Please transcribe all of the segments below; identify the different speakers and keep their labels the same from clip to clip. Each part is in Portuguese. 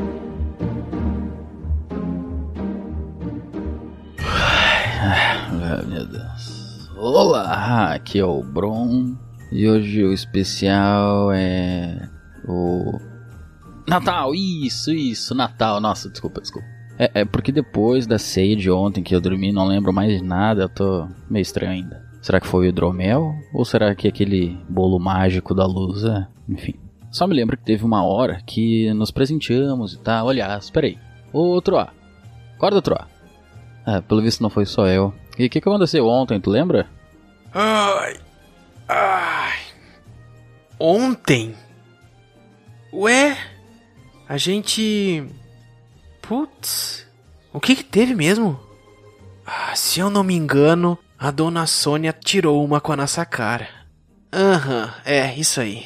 Speaker 1: Olá, aqui é o Bron e hoje o especial é o Natal. Isso, isso, Natal. Nossa, desculpa, desculpa. É, é porque depois da ceia de ontem que eu dormi, não lembro mais de nada, eu tô meio estranho ainda. Será que foi o hidromel? Ou será que aquele bolo mágico da luz? É? Enfim. Só me lembro que teve uma hora que nos presenteamos e tal. Olha, espera aí. Ô, Troá. Acorda, Troá. Ah, pelo visto não foi só eu. E o que, que aconteceu ontem, tu lembra?
Speaker 2: Ai. Ai. Ontem? Ué? A gente. Putz. O que que teve mesmo? Ah, se eu não me engano, a dona Sônia tirou uma com a nossa cara. Aham, é, isso aí.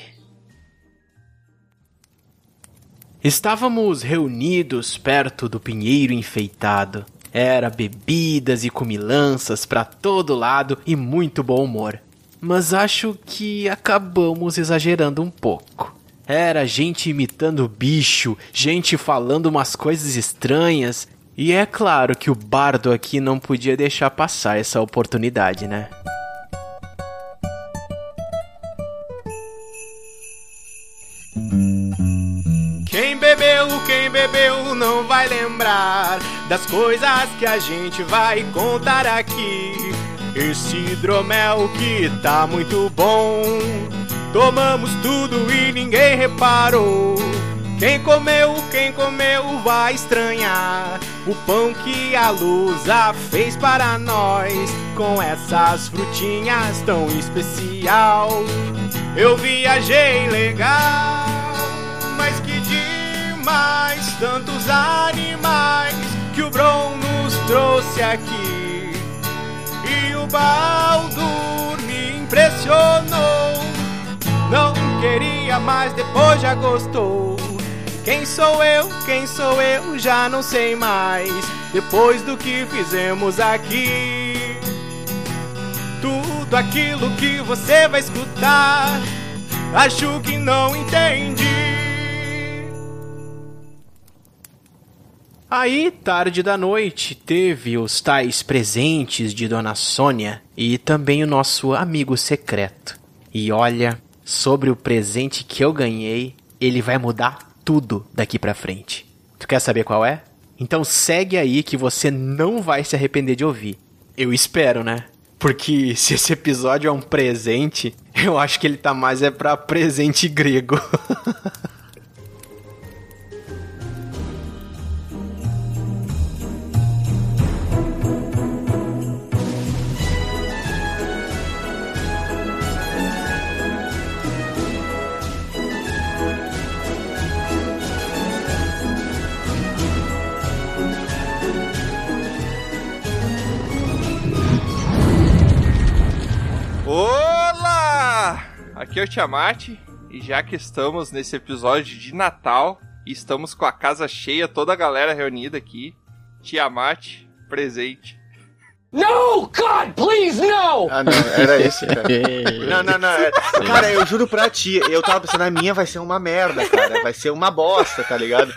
Speaker 2: Estávamos reunidos perto do pinheiro enfeitado. Era bebidas e comilanças para todo lado e muito bom humor. Mas acho que acabamos exagerando um pouco. Era gente imitando bicho, gente falando umas coisas estranhas. E é claro que o bardo aqui não podia deixar passar essa oportunidade, né?
Speaker 3: Quem bebeu, quem bebeu não vai lembrar das coisas que a gente vai contar aqui. Esse hidromel que tá muito bom. Tomamos tudo e ninguém reparou. Quem comeu, quem comeu vai estranhar o pão que a Lusa fez para nós com essas frutinhas tão especial. Eu viajei legal mas que demais tantos animais que o Bron nos trouxe aqui. E o Baldur me impressionou. Não queria mais, depois já gostou. Quem sou eu? Quem sou eu? Já não sei mais. Depois do que fizemos aqui, tudo aquilo que você vai escutar, acho que não entendi.
Speaker 2: Aí, tarde da noite, teve os tais presentes de Dona Sônia e também o nosso amigo secreto. E olha, sobre o presente que eu ganhei, ele vai mudar tudo daqui pra frente. Tu quer saber qual é? Então segue aí que você não vai se arrepender de ouvir. Eu espero, né? Porque se esse episódio é um presente, eu acho que ele tá mais é pra presente grego.
Speaker 4: Olá! Aqui é o Tiamat e já que estamos nesse episódio de Natal e estamos com a casa cheia, toda a galera reunida aqui, Tiamat presente.
Speaker 5: No, God, please, no!
Speaker 6: Ah, não, era esse, cara. Não, não, não. é- Cara, eu juro pra ti, eu tava pensando, a minha vai ser uma merda, cara. Vai ser uma bosta, tá ligado?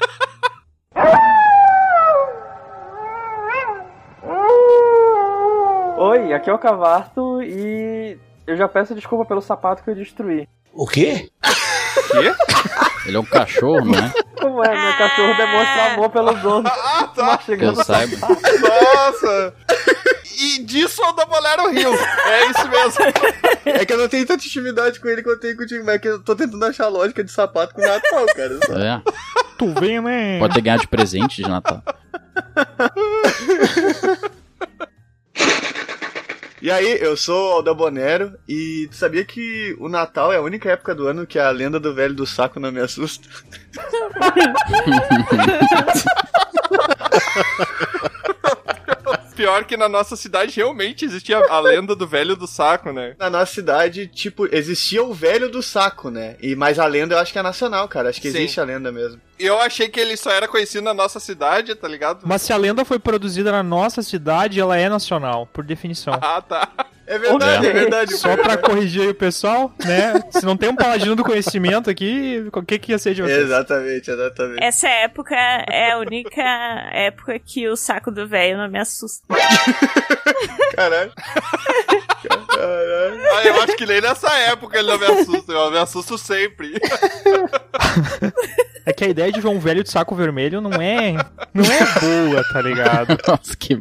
Speaker 7: Oi, aqui é o Cavarto e eu já peço desculpa pelo sapato que eu destruí.
Speaker 5: O quê?
Speaker 4: Quê?
Speaker 1: Ele é um cachorro, né?
Speaker 7: Como é, meu cachorro demonstra amor pelos donos.
Speaker 4: Ah, tá!
Speaker 1: Que eu
Speaker 7: mastigando
Speaker 1: saiba.
Speaker 4: Nossa! E disso o Dobolero riu. É isso mesmo.
Speaker 6: É que eu não tenho tanta intimidade com ele quanto eu tenho contigo, mas é que eu tô tentando achar lógica de sapato com Natal, cara.
Speaker 1: É. Tu vem, né? Pode ter ganhado de presente de Natal.
Speaker 6: E aí, eu sou o Aldabonero e tu sabia que o Natal é a única época do ano que a lenda do velho do saco não me assusta?
Speaker 4: Pior que na nossa cidade realmente existia a lenda do velho do saco, né?
Speaker 6: Na nossa cidade, tipo, existia o velho do saco, né? E mas a lenda eu acho que é nacional, cara. Acho que
Speaker 4: Sim.
Speaker 6: existe a lenda mesmo.
Speaker 4: Eu achei que ele só era conhecido na nossa cidade, tá ligado?
Speaker 8: Mas se a lenda foi produzida na nossa cidade, ela é nacional, por definição.
Speaker 4: Ah, tá.
Speaker 6: É verdade, é, verdade.
Speaker 8: Só pra corrigir aí o pessoal, né? Se não tem um paladino do conhecimento aqui, o que que ia ser de vocês?
Speaker 6: Exatamente, exatamente.
Speaker 9: Essa época é a única época que o saco do velho não me assusta.
Speaker 6: Caralho. Caralho.
Speaker 4: Ah, que nem nessa época ele não me assusta, eu me assusto sempre.
Speaker 8: É que a ideia de João Velho de saco vermelho não é, não é boa, tá ligado?
Speaker 1: Nossa, que.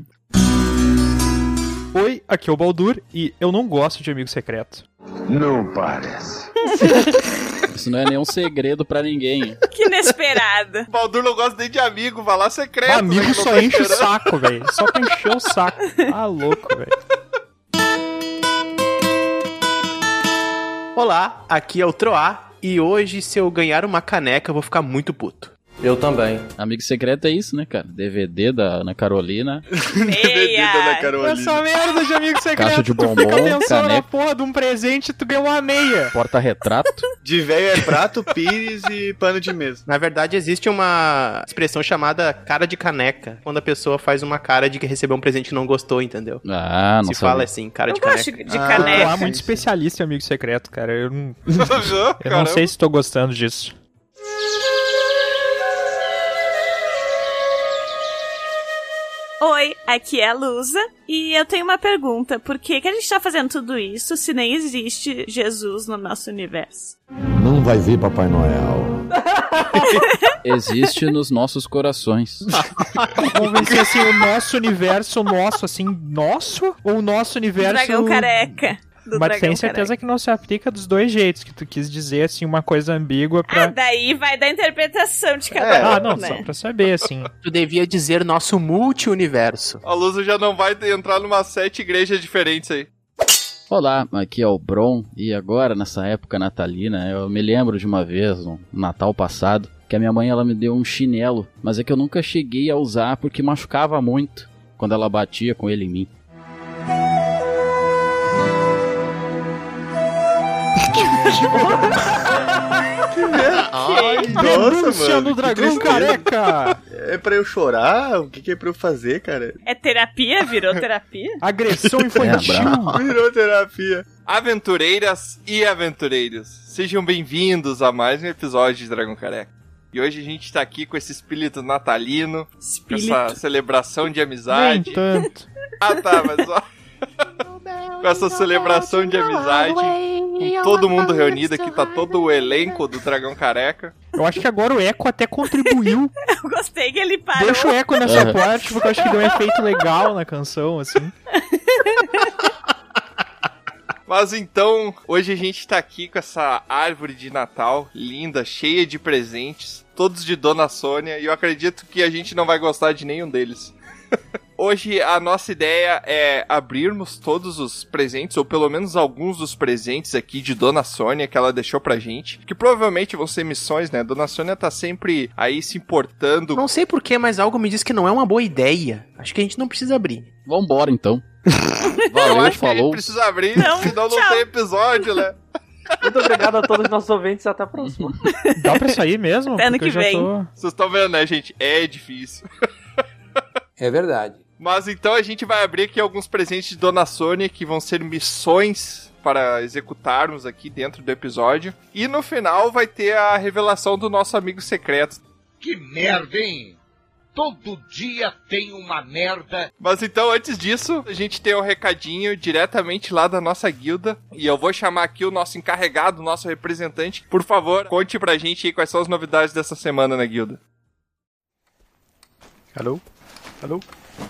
Speaker 8: Oi, aqui é o Baldur e eu não gosto de amigo secreto.
Speaker 5: Não parece.
Speaker 1: Isso não é nenhum segredo pra ninguém.
Speaker 9: Que inesperada.
Speaker 4: O Baldur não gosta nem de amigo, vai lá secreto. né, que
Speaker 8: amigo
Speaker 4: não
Speaker 8: só
Speaker 4: tá
Speaker 8: enche o
Speaker 4: esperando.
Speaker 8: saco, velho. Só pra encher o saco. Ah, louco, velho.
Speaker 2: Olá, aqui é o Troá e hoje se eu ganhar uma caneca eu vou ficar muito puto.
Speaker 5: Eu também.
Speaker 1: Amigo secreto é isso, né, cara? DVD da Ana Carolina,
Speaker 4: né,
Speaker 9: Meia.
Speaker 8: Essa merda de amigo secreto.
Speaker 1: Caixa de
Speaker 8: tu fica
Speaker 1: bombom,
Speaker 8: pensando na
Speaker 1: caneca.
Speaker 8: porra de um presente e tu ganha uma meia.
Speaker 1: porta-retrato.
Speaker 6: De velho é prato, pires e pano de mesa.
Speaker 2: Na verdade, existe uma expressão chamada cara de caneca, quando a pessoa faz uma cara de que recebeu um presente que não gostou, entendeu?
Speaker 1: Ah, não
Speaker 2: se fala
Speaker 1: sei.
Speaker 2: assim, cara
Speaker 9: Eu
Speaker 2: de caneca.
Speaker 9: gosto de
Speaker 6: Ah,
Speaker 8: Eu tô
Speaker 9: caneca.
Speaker 8: lá muito especialista em amigo secreto, cara. Eu não,
Speaker 4: Viu,
Speaker 8: eu não
Speaker 4: caramba?
Speaker 8: sei se tô gostando disso.
Speaker 9: Oi, aqui é a Lusa e eu tenho uma pergunta. Por que, que a gente tá fazendo tudo isso se nem existe Jesus no nosso universo?
Speaker 5: Não vai vir Papai Noel.
Speaker 1: Existe nos nossos corações.
Speaker 8: Vamos ver se assim, o nosso universo, o nosso, assim, nosso? Ou o nosso universo.
Speaker 9: Dragão careca. Do
Speaker 8: Mas
Speaker 9: dragão
Speaker 8: tem certeza que não se aplica dos dois jeitos, que tu quis dizer, assim, uma coisa ambígua
Speaker 9: careca. Ah,
Speaker 8: pra.
Speaker 9: daí vai da interpretação de cada
Speaker 6: É,
Speaker 9: um,
Speaker 8: Ah, não,
Speaker 9: né?
Speaker 8: só pra saber, assim.
Speaker 2: Tu devia dizer nosso multi-universo.
Speaker 4: A Lusa já não vai entrar numa sete igrejas diferentes aí.
Speaker 1: Olá, aqui é o Bron e agora nessa época natalina, eu me lembro de uma vez, no Natal passado, que a minha mãe ela me deu um chinelo, mas é que eu nunca cheguei a usar porque machucava muito quando ela batia com ele em mim.
Speaker 6: Ai,
Speaker 8: Denúncia no
Speaker 6: que
Speaker 8: dragão
Speaker 6: tristeza.
Speaker 8: careca!
Speaker 6: É pra eu chorar? O que, que é pra eu fazer, cara?
Speaker 9: É terapia? Virou terapia?
Speaker 8: Agressão infantil!
Speaker 1: É,
Speaker 6: Virou terapia.
Speaker 4: Aventureiras e aventureiros, sejam bem-vindos a mais um episódio de Dragão Careca. E hoje a gente tá aqui com esse espírito natalino, com essa
Speaker 9: Espírito.
Speaker 4: celebração de
Speaker 8: Nem
Speaker 4: amizade.
Speaker 8: tanto.
Speaker 4: Tá, Ah tá, mas ó. com essa celebração de amizade, com todo mundo reunido aqui, tá todo o elenco do Dragão Careca.
Speaker 8: Eu acho que agora o Eco até contribuiu.
Speaker 9: Eu gostei que ele parou.
Speaker 8: Deixa o Eco nessa
Speaker 1: Uhum.
Speaker 8: parte, porque eu acho que deu um efeito legal na canção, assim.
Speaker 4: Mas então, hoje a gente tá aqui com essa árvore de Natal linda, cheia de presentes, todos de Dona Sônia, e eu acredito que a gente não vai gostar de nenhum deles. Hoje a nossa ideia é abrirmos todos os presentes, ou pelo menos alguns dos presentes aqui de Dona Sônia que ela deixou pra gente, que provavelmente vão ser missões, né? Dona Sônia tá sempre aí se importando
Speaker 2: Não sei porquê, mas algo me diz que não é uma boa ideia. Acho que a gente não precisa abrir.
Speaker 1: Vambora então.
Speaker 4: Eu
Speaker 1: Valeu,
Speaker 4: acho que a gente
Speaker 1: falou.
Speaker 4: precisa abrir,
Speaker 9: Não,
Speaker 4: senão não
Speaker 9: tchau.
Speaker 4: tem episódio, né?
Speaker 7: Muito obrigado a todos os nossos ouvintes e até a próxima.
Speaker 8: Dá pra sair mesmo?
Speaker 9: Até ano
Speaker 8: Porque eu
Speaker 9: que
Speaker 8: já
Speaker 9: vem.
Speaker 8: tô-
Speaker 4: Vocês estão vendo, né, gente? É difícil.
Speaker 5: É verdade.
Speaker 4: Mas então a gente vai abrir aqui alguns presentes de Dona Sônia que vão ser missões para executarmos aqui dentro do episódio. E no final vai ter a revelação do nosso amigo secreto.
Speaker 5: Que merda, hein? Todo dia tem uma merda.
Speaker 4: Mas então, antes disso, a gente tem um recadinho diretamente lá da nossa guilda. E eu vou chamar aqui o nosso encarregado, o nosso representante. Por favor, conte pra gente aí quais são as novidades dessa semana na guilda.
Speaker 10: Alô? Alô?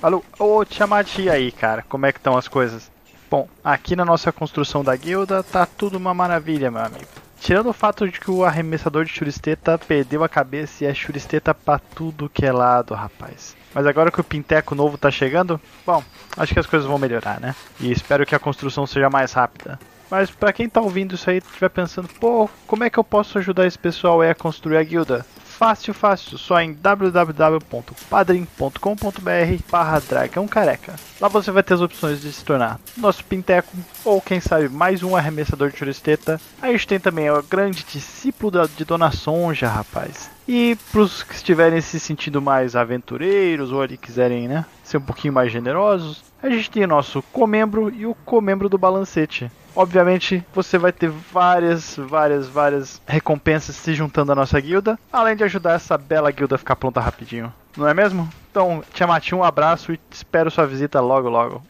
Speaker 10: Alô? Ô, Tiamat, e aí, cara? Como é que estão as coisas? Bom, aqui na nossa construção da guilda tá tudo uma maravilha, meu amigo. Tirando o fato de que o arremessador de churisteta perdeu a cabeça e é churisteta pra tudo que é lado, rapaz. Mas agora que o Pinteco novo tá chegando, bom, acho que as coisas vão melhorar, né? E espero que a construção seja mais rápida. Mas pra quem tá ouvindo isso aí e estiver pensando, pô, como é que eu posso ajudar esse pessoal aí a construir a guilda? Fácil, fácil, só em www.padrim.com.br barra dragão careca. Lá você vai ter as opções de se tornar nosso pinteco, ou quem sabe mais um arremessador de churisteta. A gente tem também o grande discípulo da- de Dona Sonja, rapaz. E pros que estiverem se sentindo mais aventureiros, ou ali quiserem, né, ser um pouquinho mais generosos, a gente tem o nosso comembro e o comembro do balancete. Obviamente, você vai ter várias, várias, várias recompensas se juntando à nossa guilda, além de ajudar essa bela guilda a ficar pronta rapidinho. Não é mesmo? Então, Tiamat, um abraço e espero sua visita logo, logo.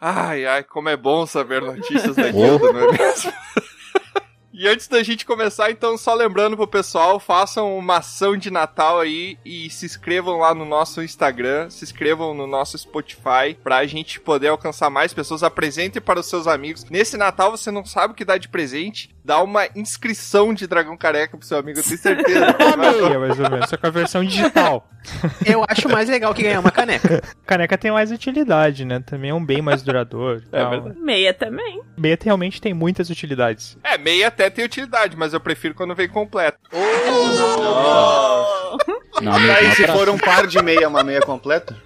Speaker 4: Ai, ai, como é bom saber notícias da guilda, não é mesmo? E antes da gente começar, então, só lembrando pro pessoal, façam uma ação de Natal aí e se inscrevam lá no nosso Instagram, se inscrevam no nosso Spotify, pra gente poder alcançar mais pessoas. Apresentem para os seus amigos. Nesse Natal, você não sabe o que dá de presente, dá uma inscrição de Dragão Careca pro seu amigo, eu tenho
Speaker 2: É
Speaker 4: certeza.
Speaker 8: Uma meia, é mais ou menos, só que a versão digital.
Speaker 2: Eu acho mais legal né, que ganhar uma caneca.
Speaker 8: Caneca tem mais utilidade, né? Também é um bem mais duradouro. É
Speaker 4: verdade.
Speaker 9: Meia também.
Speaker 8: Meia tem- realmente tem muitas utilidades.
Speaker 4: É, meia até tem utilidade, mas eu prefiro quando vem completo.
Speaker 1: Não, mesmo,
Speaker 6: Aí, se
Speaker 1: pra-
Speaker 6: for um par de meia, uma meia completa?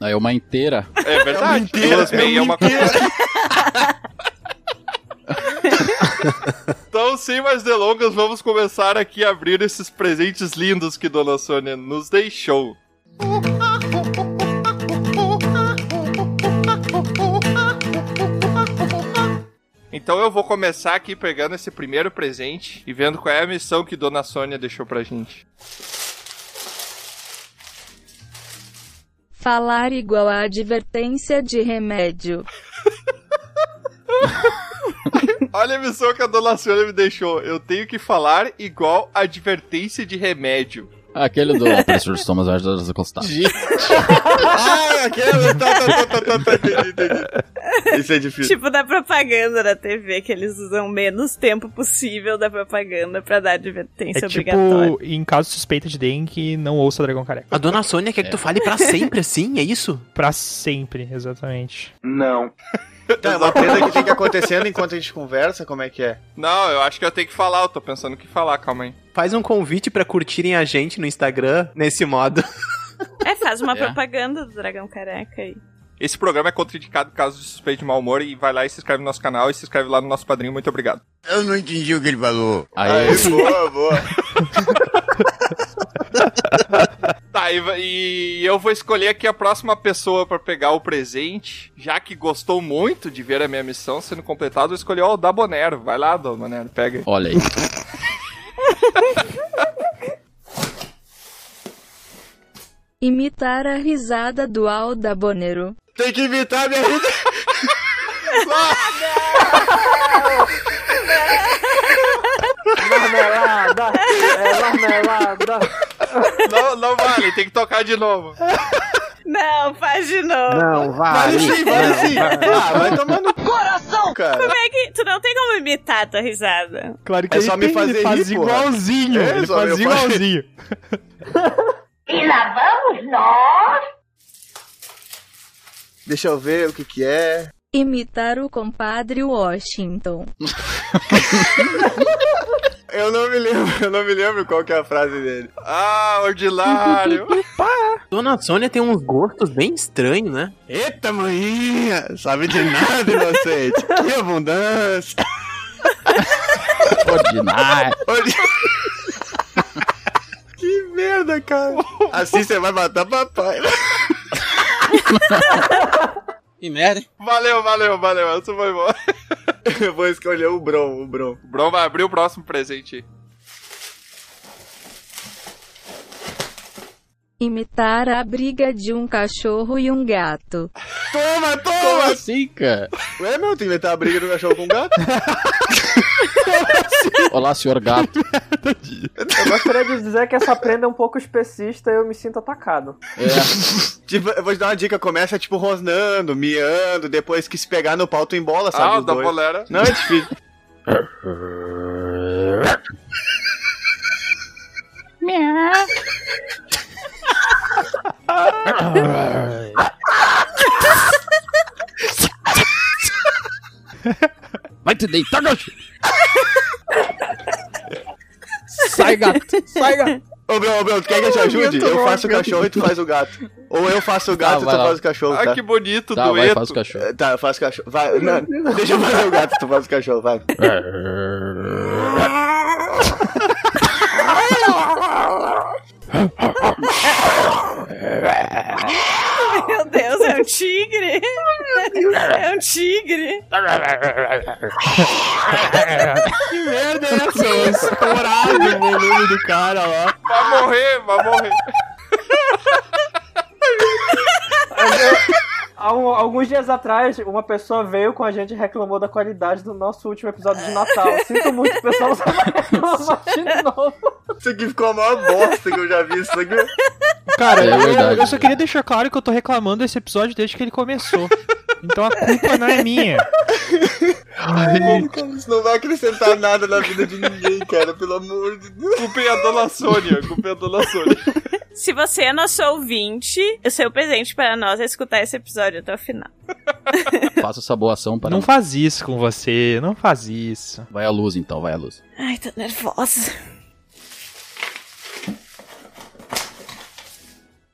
Speaker 1: Aí é uma inteira.
Speaker 4: É verdade. Duas meia é uma Então, sem mais delongas, vamos começar aqui a abrir esses presentes lindos que Dona Sônia nos deixou. Então eu vou começar aqui pegando esse primeiro presente e vendo qual é a missão que Dona Sônia deixou pra gente.
Speaker 11: Falar igual a advertência de remédio.
Speaker 4: Olha a missão que a Dona Sônia me deixou. Eu tenho que falar igual advertência de remédio.
Speaker 1: Aquele do opressor de Thomas Arthur Constante.
Speaker 4: ah, aquela.
Speaker 6: Isso é difícil.
Speaker 9: Tipo da propaganda da TV, que eles usam o menos tempo possível da propaganda pra dar advertência
Speaker 8: é
Speaker 9: obrigatória.
Speaker 8: tipo, em caso suspeita de dengue, não ouça Dragão Careca.
Speaker 2: A dona Sônia quer que tu fale pra sempre assim, é isso?
Speaker 8: Pra sempre, exatamente.
Speaker 4: Não.
Speaker 6: Tá, é uma pena que fica acontecendo enquanto a gente conversa, como é que é?
Speaker 4: Não, eu acho que eu tenho que falar, eu tô pensando o que falar, calma aí.
Speaker 2: Faz um convite pra curtirem a gente no Instagram nesse modo.
Speaker 9: É, faz uma
Speaker 4: É.
Speaker 9: propaganda do Dragão Careca aí.
Speaker 4: Esse programa é contraindicado caso de suspeito de mau humor e vai lá e se inscreve no nosso canal e se inscreve lá no nosso padrinho, muito obrigado.
Speaker 12: Eu não entendi o que ele falou.
Speaker 4: Aê. Aê, boa,
Speaker 12: boa.
Speaker 4: Tá, e, va- e eu vou escolher aqui a próxima pessoa pra pegar o presente, já que gostou muito de ver a minha missão sendo completada, eu escolhi ó, o Dabonero. Vai lá, Dabonero, pega aí.
Speaker 1: Olha aí.
Speaker 11: Imitar a risada do Aldabonero.
Speaker 12: Tem que imitar minha vida.
Speaker 7: Marmelada! É marmelada!
Speaker 4: Não, não vale, tem que tocar de novo.
Speaker 9: Não, faz de novo.
Speaker 4: Não,
Speaker 6: vale. Vale sim, vale Não, sim. vale. Ah, vai tomar
Speaker 9: no coração,
Speaker 6: cara.
Speaker 9: Como é que. Tu não tem como imitar a tua risada.
Speaker 8: Claro
Speaker 6: que É ele só me tem, fazer ele faz rir, porra. igualzinho, É, ele só faz eu faço. igualzinho.
Speaker 9: E lá vamos nós!
Speaker 6: Deixa eu ver o que que é.
Speaker 11: Imitar o compadre Washington.
Speaker 6: Eu não me lembro, eu não me lembro qual que é a frase dele.
Speaker 4: Ah, ordinário.
Speaker 2: Dona Sônia tem uns gostos bem estranhos, né?
Speaker 12: Eita, maninha! Sabe de nada, inocente. Que abundância.
Speaker 1: Ordinário.
Speaker 6: Que merda, cara. Assim você vai matar papai.
Speaker 13: Que merda, hein?
Speaker 4: Valeu, valeu, valeu. Essa foi boa.
Speaker 6: Eu vou escolher o Bron, o Bron.
Speaker 4: O Bron vai abrir o próximo presente.
Speaker 11: Imitar a briga de um cachorro e um gato.
Speaker 6: Toma, toma!
Speaker 1: Como assim, cara?
Speaker 6: Ué, meu, É. tem que inventar a briga do cachorro com o gato?
Speaker 1: Olá, senhor gato.
Speaker 7: Eu gostaria de dizer que essa prenda é um pouco especista e eu me sinto atacado.
Speaker 6: Tipo, eu vou te dar uma dica, começa tipo rosnando, miando, depois que se pegar no pau tu embola, sabe?
Speaker 4: Ah,
Speaker 6: os
Speaker 4: da
Speaker 6: dois.
Speaker 4: bolera.
Speaker 6: Não é difícil.
Speaker 1: Vai te deitar, gato. Sai, gato. Sai, gato.
Speaker 6: Ô, Bruno, ô, Bruno, tu quer que eu te ajude?
Speaker 1: Muito
Speaker 6: Eu
Speaker 1: bom,
Speaker 6: faço o
Speaker 1: Bruno.
Speaker 6: cachorro e tu faz o gato. Ou eu faço o gato
Speaker 1: Tá,
Speaker 6: e tu
Speaker 1: vai lá.
Speaker 6: faz o cachorro,
Speaker 1: Ah,
Speaker 6: tá?
Speaker 1: que
Speaker 4: bonito,
Speaker 1: Tá, vai, dueto. faz o cachorro.
Speaker 6: Eh, Tá, eu faço o cachorro. Vai, não, deixa eu fazer o gato, tu faz o cachorro, vai.
Speaker 9: Meu Deus, é um tigre! É um tigre!
Speaker 8: que merda é essa? Eu estourado o volume do cara lá.
Speaker 4: Vai morrer, vai morrer.
Speaker 7: Algum, algum um, Alguns dias atrás, uma pessoa veio com a gente e reclamou da qualidade do nosso último episódio de Natal. Sinto muito,
Speaker 1: tá
Speaker 7: pessoal, você vai reclamar de novo.
Speaker 6: Isso aqui ficou a maior bosta que eu já vi. Isso aqui.
Speaker 8: Cara,
Speaker 6: É
Speaker 8: eu,
Speaker 6: verdade.
Speaker 8: eu só queria deixar claro que eu tô reclamando desse episódio desde que ele começou. Então a culpa não é minha.
Speaker 6: Como- como Isso não vai acrescentar nada na vida de ninguém, cara. Pelo amor de Deus.
Speaker 4: Culpem é a dona Sônia. Culpem a dona Sônia.
Speaker 9: Se você é nosso ouvinte, o seu presente para nós é escutar esse episódio até o final.
Speaker 1: Faça essa boa ação para
Speaker 8: Não faz isso com você, não faz isso.
Speaker 1: Vai à luz então, vai à luz.
Speaker 9: Ai, tô nervosa.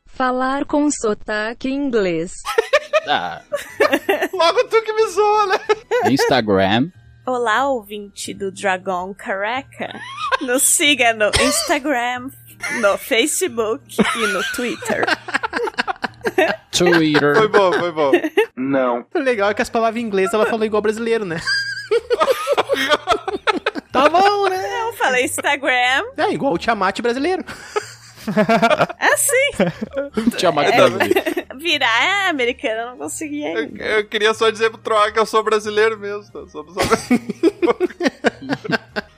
Speaker 11: Falar com sotaque inglês.
Speaker 1: Ah,
Speaker 4: Logo tu que me zoa, né?
Speaker 1: Instagram.
Speaker 9: Olá, ouvinte do Dragon Careca. Nos siga no Instagram, no Facebook e no Twitter.
Speaker 1: Twitter.
Speaker 4: Foi bom, foi bom.
Speaker 6: Não.
Speaker 2: O legal é que as palavras em inglês ela falou igual brasileiro, né? tá bom, né?
Speaker 9: Eu falei Instagram.
Speaker 2: É igual o Tiamat brasileiro.
Speaker 9: Assim. É.
Speaker 1: Tiamat
Speaker 9: Virar é americana eu não consegui ainda.
Speaker 4: Eu queria só dizer pro Troá que eu sou brasileiro mesmo. Eu sou brasileiro.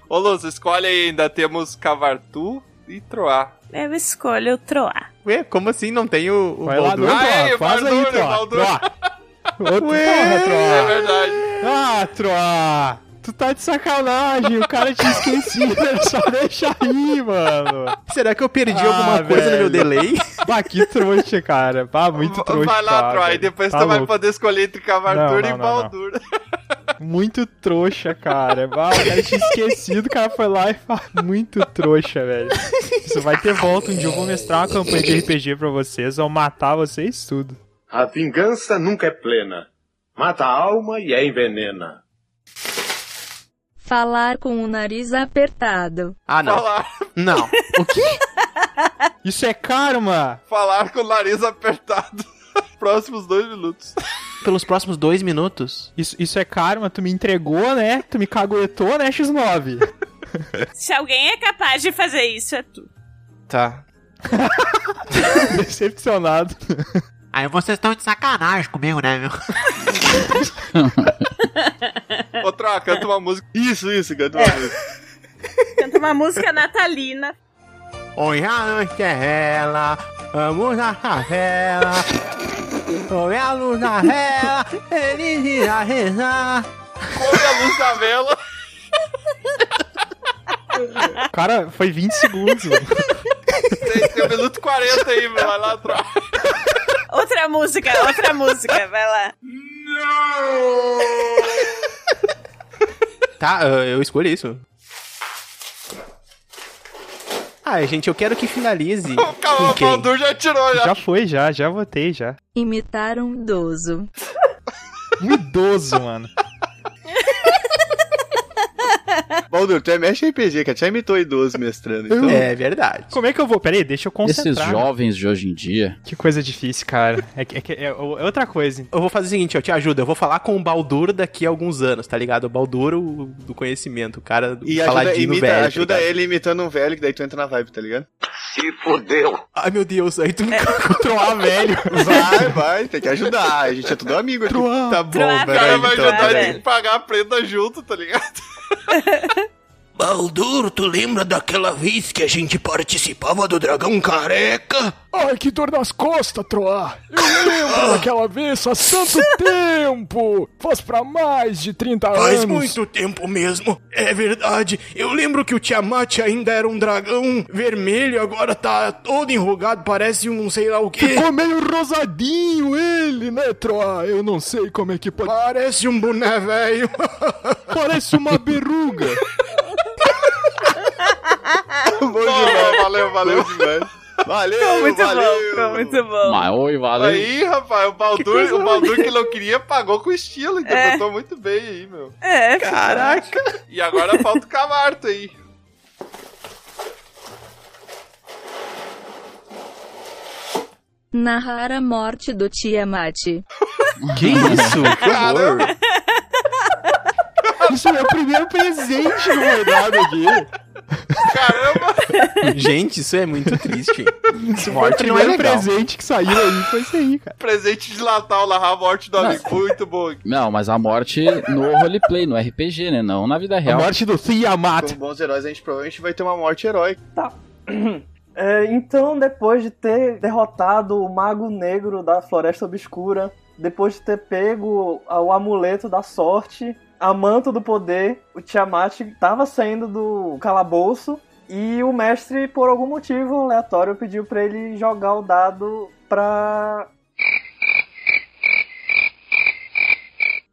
Speaker 4: Ô, Luz, escolhe aí. Ainda temos Cavartu e Troá.
Speaker 9: Eu escolho o Troar.
Speaker 2: Ué, como assim não tem o, o
Speaker 4: Vai lá,
Speaker 2: Baldur?
Speaker 4: não, Troá, Ai, faz aí, Baldur, Troá. Baldur. Troá.
Speaker 8: Outro
Speaker 2: Ué,
Speaker 8: porra, Troá.
Speaker 4: É verdade.
Speaker 8: Ah, Troá. Tu tá de sacanagem, o cara tinha esquecido, ele só deixa aí, mano.
Speaker 2: Será que eu perdi
Speaker 8: Ah,
Speaker 2: alguma coisa no meu
Speaker 8: velho.
Speaker 2: delay?
Speaker 8: Bah, que trouxa, cara. Bah, muito trouxa.
Speaker 4: Então vai lá, Troá. E
Speaker 8: velho.
Speaker 4: depois
Speaker 8: Tá
Speaker 4: tu vai
Speaker 8: louco.
Speaker 4: poder escolher entre Cavartur
Speaker 8: Não, não,
Speaker 4: e
Speaker 8: não,
Speaker 4: Baldur.
Speaker 8: Muito trouxa, cara. É, Bah, o cara tinha esquecido, o cara foi lá e falou. Muito trouxa, velho. Isso vai ter volta um dia. Eu vou mestrar uma campanha de RPG pra vocês, vou matar vocês tudo.
Speaker 14: A vingança nunca é plena. Mata a alma e a envenena.
Speaker 11: Falar com o nariz apertado.
Speaker 2: Ah, não. Não. O quê?
Speaker 8: Isso é karma!
Speaker 4: Falar com o nariz apertado. Próximos dois minutos.
Speaker 2: Pelos próximos dois minutos?
Speaker 8: Isso, isso é karma, tu me entregou, né? Tu me caguetou, né, X9?
Speaker 9: Se alguém é capaz de fazer isso, é tu.
Speaker 2: Tá.
Speaker 8: Decepcionado.
Speaker 2: Aí vocês estão de sacanagem comigo, né, meu?
Speaker 4: Ô, Troá, canta uma música.
Speaker 6: Isso, isso, canta uma música.
Speaker 9: Canta uma música natalina.
Speaker 2: Olha a noite é ela, vamos na favela. Olha a luz na vela, ele irá rezar.
Speaker 4: Come a luz da vela.
Speaker 8: Cara, foi 20 segundos. mano.
Speaker 4: Tem, tem um minuto 40 aí, meu. Vai lá, Troá.
Speaker 9: Outra música, outra música, vai lá.
Speaker 2: Tá, eh, eu escolho isso. Ah, gente, eu quero que finalize.
Speaker 4: Calma,
Speaker 2: Com quem?
Speaker 4: o Baldur já tirou, já.
Speaker 8: Já foi, já, já votei, já.
Speaker 11: Imitar um idoso.
Speaker 8: Um idoso, mano.
Speaker 6: Baldur, tu é mestre em RPG, cara. Tu já imitou idoso mestrando. Então...
Speaker 2: É verdade.
Speaker 8: Como é que eu vou? Peraí, deixa eu concentrar. né?
Speaker 1: Esses jovens de hoje em dia.
Speaker 8: Que coisa difícil, cara. É, que- é, que- é outra coisa.
Speaker 2: Eu vou fazer o seguinte, eu te ajudo. Eu vou falar com o Baldur daqui a alguns anos, tá ligado? O Baldur o- do conhecimento, o cara do
Speaker 6: E ajuda,
Speaker 2: paladino
Speaker 6: imita,
Speaker 2: velho. tá
Speaker 6: ajuda
Speaker 2: ligado?
Speaker 6: ele imitando um velho, que daí tu entra na vibe, tá ligado?
Speaker 2: Se fodeu. Ai, meu Deus, aí tu me troar, velho.
Speaker 6: Vai, vai, tem que ajudar. A gente é tudo amigo aqui.
Speaker 2: Tá bom,
Speaker 4: O cara
Speaker 12: então,
Speaker 4: vai ajudar a gente a então, tá pagar a prenda junto, tá ligado?
Speaker 15: Baldur, tu lembra daquela vez que a gente participava do Dragão Careca?
Speaker 16: Ai, que dor nas costas, Troá! Eu
Speaker 15: Ah.
Speaker 16: lembro daquela vez há tanto tempo! Faz pra mais de 30 anos!
Speaker 15: Faz muito tempo mesmo, é verdade. Eu lembro que o Tiamat ainda era um dragão vermelho, agora tá todo enrugado, parece um sei lá o quê.
Speaker 16: Ficou meio rosadinho ele, né, Troá? Eu não sei como é que pode...
Speaker 15: Parece um boné velho.
Speaker 16: Parece uma beruga!
Speaker 4: valeu, valeu.
Speaker 6: Valeu,
Speaker 4: Ficou muito bom,
Speaker 6: valeu.
Speaker 4: ficou
Speaker 9: muito bom.
Speaker 1: Mas Ah, oi, valeu.
Speaker 4: Aí, rapaz, o Baldur,
Speaker 1: coisa
Speaker 4: o Baldur
Speaker 1: bonita.
Speaker 4: que não queria pagou com estilo,
Speaker 2: É.
Speaker 4: interpretou muito bem aí, meu.
Speaker 9: É,
Speaker 4: Caraca! E agora falta o Camarto aí.
Speaker 11: Narrar a morte do Tiamat.
Speaker 2: Que isso? Que horror.
Speaker 8: Isso é o primeiro presente que foi dado aqui.
Speaker 2: Gente, isso é muito triste. hein?
Speaker 8: Isso foi o primeiro é um presente que saiu aí, foi isso aí, cara.
Speaker 4: Presente de Natal lá, a morte do amigo. Muito bom.
Speaker 1: Não, mas a morte no roleplay, no RPG, né? Não na vida real.
Speaker 8: morte do Tiamat.
Speaker 6: Como bons heróis, a gente provavelmente vai ter uma morte heróica.
Speaker 7: Tá. É, então, depois de ter derrotado o Mago Negro da Floresta Obscura, depois de ter pego a- o Amuleto da Sorte, a Manto do Poder, o Tiamat estava saindo do calabouço e o mestre, por algum motivo aleatório, pediu para ele jogar o dado pra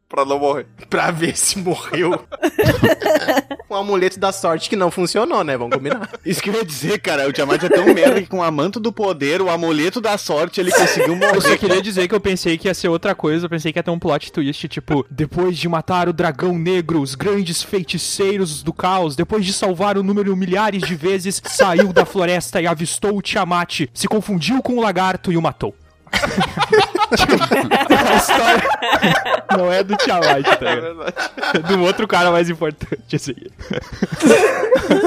Speaker 4: Pra não morrer.
Speaker 2: Pra ver se morreu. um amuleto da sorte que não funcionou, né? Vamos combinar.
Speaker 12: Isso que eu ia dizer, cara, o Tiamat é tão merda que com o amanto do poder, o amuleto da sorte, ele conseguiu morrer.
Speaker 8: Eu só queria dizer que eu pensei que ia ser outra coisa, eu pensei que ia ter um plot twist, tipo, depois de matar o dragão negro, os grandes feiticeiros do caos, depois de salvar o número milhares de vezes, saiu da floresta e avistou o Tiamat, se confundiu com o lagarto e o matou. A história não é do Tiamat, tá ligado? É do outro cara mais importante, assim.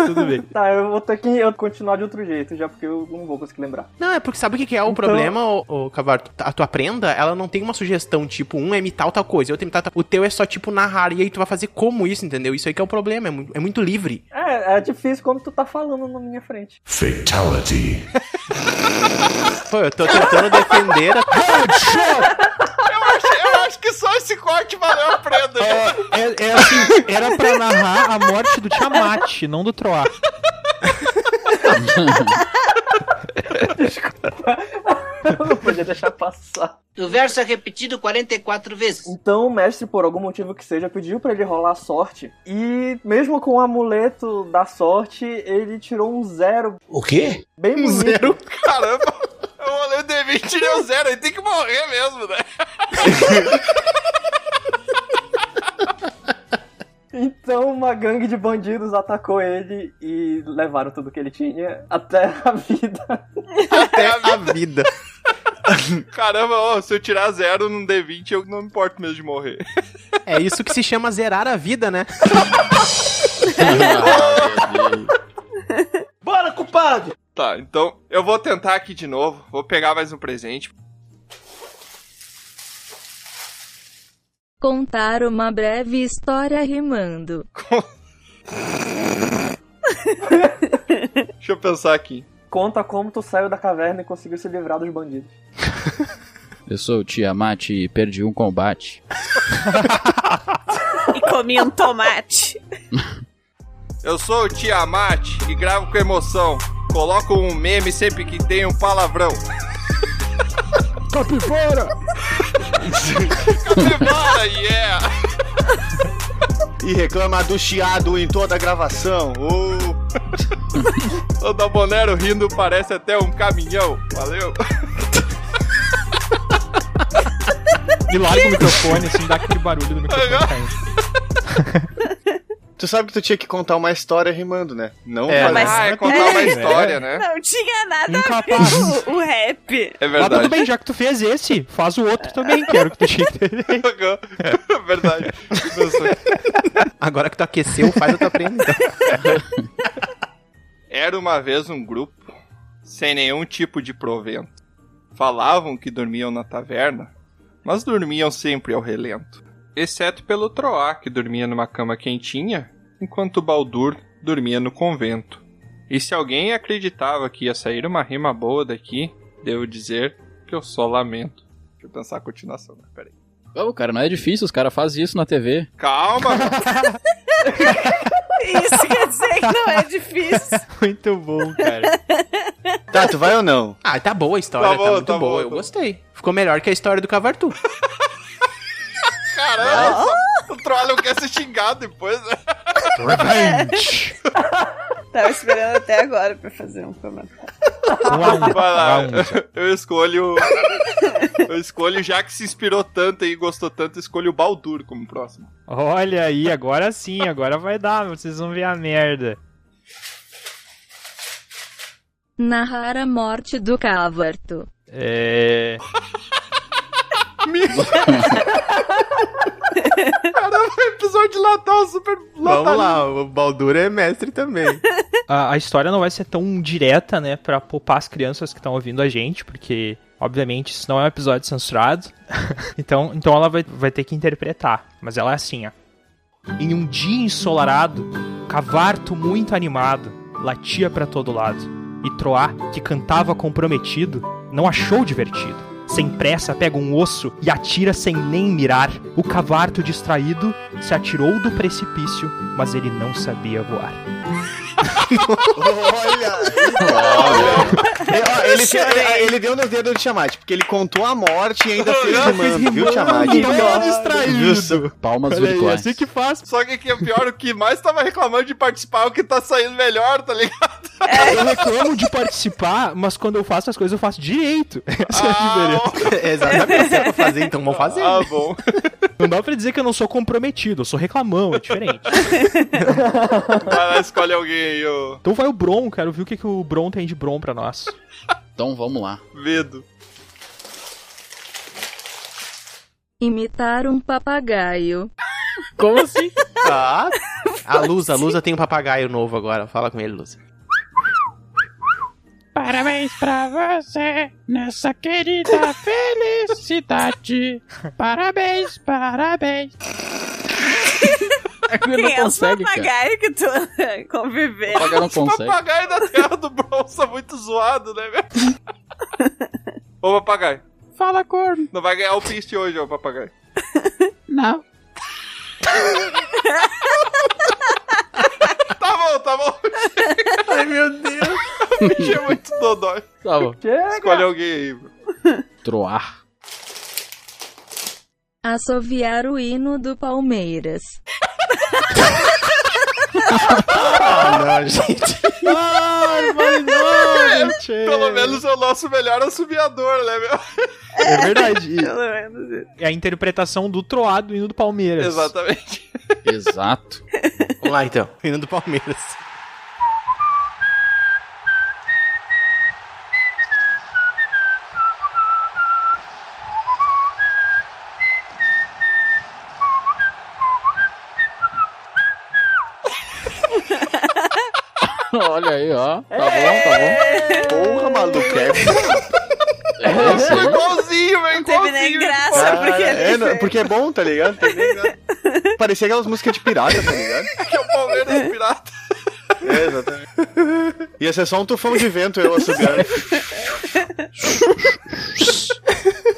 Speaker 8: Tudo bem.
Speaker 7: Tá, eu vou ter que eu continuar de outro jeito, já porque eu não vou conseguir lembrar.
Speaker 2: Não, é porque sabe o que que é o
Speaker 6: Então-
Speaker 2: problema, ô, ô Cavarto? A tua prenda, ela não tem uma sugestão, tipo, um é imitar tal coisa, outro é imitar tal... O teu é só, tipo, narrar, e aí tu vai fazer como isso, entendeu? Isso aí que é o problema, é mu- é muito livre.
Speaker 7: É, é difícil como tu tá falando na minha frente.
Speaker 14: Fatality.
Speaker 2: Pô, eu tô tentando defender a...
Speaker 4: Eu acho, eu acho que só esse corte valeu a prenda.
Speaker 8: É, é assim, era pra narrar a morte do Tiamat, não do Troar.
Speaker 7: Eu não podia deixar passar.
Speaker 17: O verso é repetido 44 vezes.
Speaker 7: Então o mestre, por algum motivo que seja, pediu pra ele rolar a sorte. E mesmo com o amuleto da sorte, ele tirou um zero.
Speaker 14: O quê?
Speaker 4: Um
Speaker 7: Bem bonito.
Speaker 2: zero?
Speaker 4: Caramba. Eu olhei o D20 e deu zero. Ele tem que morrer mesmo, né?
Speaker 7: Então uma gangue de bandidos atacou ele e levaram tudo que ele tinha até a vida.
Speaker 2: Até a vida.
Speaker 4: Caramba, ó, se eu tirar zero num D20, eu não me importo mesmo de morrer.
Speaker 2: É isso que se chama zerar a vida, né?
Speaker 4: Bora, culpado! Tá, então eu vou tentar aqui de novo. Vou pegar mais um presente.
Speaker 11: Contar uma breve história rimando.
Speaker 4: Deixa eu pensar aqui.
Speaker 7: Conta como tu saiu da caverna e conseguiu se livrar dos bandidos.
Speaker 1: Eu sou o Tiamat e perdi um combate.
Speaker 9: E comi um tomate.
Speaker 4: Eu sou o Tiamat e gravo com emoção. Coloco um meme sempre que tem um palavrão.
Speaker 16: Capivara!
Speaker 4: Capivara, yeah!
Speaker 6: E reclama do chiado em toda a gravação.
Speaker 4: Ô! o Dabonero rindo parece até um caminhão. Valeu!
Speaker 8: Me larga o microfone, assim, dá aquele barulho do microfone caindo.
Speaker 6: Tu sabe que tu tinha que contar uma história rimando, né? Não
Speaker 8: É,
Speaker 6: fazer-
Speaker 8: mas- Ah, é contar uma história, né?
Speaker 9: Não tinha nada
Speaker 8: Incapaz.
Speaker 9: a ver com o rap.
Speaker 4: É
Speaker 8: Mas tudo bem, já que tu fez esse, faz o outro também, quero que tu chegue.
Speaker 4: É verdade.
Speaker 2: Agora que tu aqueceu, faz a tua prenda.
Speaker 4: Era uma vez um grupo sem nenhum tipo de provento. Falavam que dormiam na taverna, mas dormiam sempre ao relento. Exceto pelo Troá, que dormia numa cama quentinha, enquanto Baldur dormia no convento. E se alguém acreditava que ia sair uma rima boa daqui, devo dizer que eu só lamento. Deixa eu pensar a continuação, né? Peraí.
Speaker 1: Ô, cara, não é difícil, os caras fazem isso na TV.
Speaker 4: Calma!
Speaker 9: Isso quer dizer que não é difícil.
Speaker 8: Muito bom, cara.
Speaker 6: Tá, tu vai ou não?
Speaker 2: Ah, tá boa a história,
Speaker 6: Tá
Speaker 2: tá,
Speaker 6: bom,
Speaker 2: muito
Speaker 6: tá
Speaker 2: boa,
Speaker 6: bom,
Speaker 2: eu
Speaker 6: tá
Speaker 2: gostei. Ficou melhor que a história do Cavartu.
Speaker 4: Caramba! O Troá não quer ser xingado depois, né?
Speaker 9: Tava esperando até agora pra fazer um comentário.
Speaker 6: Um
Speaker 4: Vai lá. Eu escolho. Eu escolho, já que se inspirou tanto e gostou tanto, eu escolho o Baldur como próximo.
Speaker 8: Olha aí, agora sim, agora vai dar, vocês vão ver a merda.
Speaker 11: Narrar a morte do Cavarto.
Speaker 8: É.
Speaker 4: Caramba, episódio tá de Natal super
Speaker 2: Vamos lá, o Baldur é mestre também.
Speaker 8: a, a história não vai ser tão direta, né, pra poupar as crianças que estão ouvindo a gente, porque, obviamente, isso não é um episódio censurado. então, então ela vai, vai ter que interpretar. Mas ela é assim, ó. Em um dia ensolarado, Cavarto muito animado, latia pra todo lado. E Troá, que cantava comprometido, não achou divertido. Sem pressa, pega um osso e atira sem nem mirar. O Cavarto distraído se atirou do precipício, mas ele não sabia voar.
Speaker 6: Olha, ele,
Speaker 8: é
Speaker 6: te-
Speaker 4: é
Speaker 6: ele, ele deu nos dedos do Tiamat, porque ele contou a morte e ainda fez rimando, viu, Tiamat? Justo.
Speaker 1: Palmas
Speaker 6: Olha aí,
Speaker 1: virtuais.
Speaker 6: assim
Speaker 8: que faz.
Speaker 4: Só que aqui é pior, o que mais tava reclamando de participar é o que tá saindo melhor, tá ligado?
Speaker 8: Eu reclamo de participar, mas quando eu faço as coisas eu faço direito. Essa é a diferença.
Speaker 2: Exatamente, se é pra fazer, então vamos fazer.
Speaker 4: Ah, bom.
Speaker 8: Não dá pra dizer que eu não sou comprometido, eu sou reclamão, é diferente.
Speaker 4: Vai lá, escolhe alguém aí, ô.
Speaker 8: Então vai o Bron, quero ver o que, que o Bron tem de Bron pra nós.
Speaker 1: Então vamos lá.
Speaker 4: Medo.
Speaker 11: Imitar um papagaio.
Speaker 2: Como assim? Tá. A Lusa, a Lusa tem um papagaio novo agora. Fala com ele, Lusa.
Speaker 18: Parabéns pra você nessa querida felicidade. Parabéns, parabéns.
Speaker 1: Ele não
Speaker 9: Quem é os
Speaker 1: consegue, cara.
Speaker 9: papagaio que tu conviveu?
Speaker 1: Papagaio não consegue.
Speaker 4: Papagaio da terra do Bronça, muito zoado, né, velho? ô, papagaio.
Speaker 18: Fala, corno.
Speaker 4: Não vai ganhar o piste hoje, ô, papagaio.
Speaker 18: Não.
Speaker 4: Tá bom, tá bom. Ai, meu Deus. Achei muito dodói.
Speaker 1: Tá bom.
Speaker 4: Escolhe alguém aí, bro.
Speaker 1: Troar.
Speaker 11: Assoviar o hino do Palmeiras.
Speaker 4: Ah, não, gente.
Speaker 8: Ai, mas
Speaker 4: não, gente. Pelo menos é o nosso melhor assobiador, né, meu?
Speaker 8: É verdade.
Speaker 4: Pelo
Speaker 8: É a interpretação do troado do hino do Palmeiras.
Speaker 4: Exatamente.
Speaker 1: Exato.
Speaker 2: Vamos lá, então. Hino do Palmeiras.
Speaker 1: Olha aí, ó. Tá bom,
Speaker 8: É.
Speaker 1: tá bom. Porra, maluco. É, é isso aí.
Speaker 4: igualzinho, velho.
Speaker 9: Teve nem graça,
Speaker 6: Ah,
Speaker 9: porque ele
Speaker 6: é, não, porque é bom, tá ligado? Tá ligado? Parecia aquelas músicas de pirata, tá ligado?
Speaker 4: Que é o Palmeiras pirata.
Speaker 6: É, exatamente. Ia ser só um tufão de vento eu assobiando.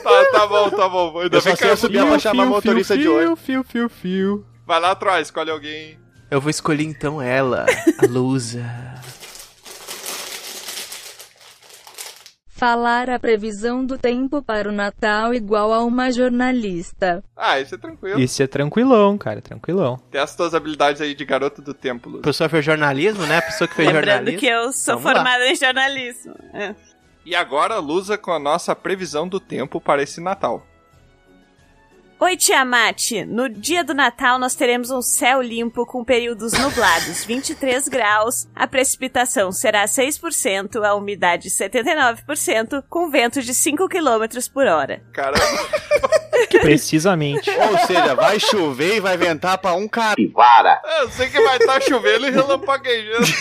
Speaker 4: Tá, tá bom, tá bom. Ainda
Speaker 6: Eu só
Speaker 4: bem que
Speaker 6: sei assobiar pra chamar motorista de ônibus.
Speaker 8: Fio, fio, fio.
Speaker 4: Vai lá, Troy, escolhe alguém.
Speaker 2: Eu vou escolher então ela, a Lusa.
Speaker 11: Falar a previsão do tempo para o Natal igual a uma jornalista.
Speaker 4: Ah, isso é tranquilo.
Speaker 8: Esse é tranquilão, cara, tranquilão.
Speaker 4: Tem as tuas habilidades aí de garoto do tempo, Luz.
Speaker 2: Pessoa fez jornalismo, né? Pessoa que fez
Speaker 9: Lembrando
Speaker 2: jornalismo.
Speaker 9: que eu sou
Speaker 2: Vamos lá.
Speaker 9: formada em jornalismo. É.
Speaker 4: E agora, Lusa, com a nossa previsão do tempo para esse Natal.
Speaker 9: Oi, Tiamat! No dia do Natal nós teremos um céu limpo com períodos nublados, 23 graus, a precipitação será 6%, a umidade 79%, com vento de 5 km por hora.
Speaker 4: Caramba!
Speaker 8: Precisamente.
Speaker 6: Ou seja, vai chover e vai ventar pra um capivara.
Speaker 4: É, Eu sei que vai estar chovendo e relampaguejando.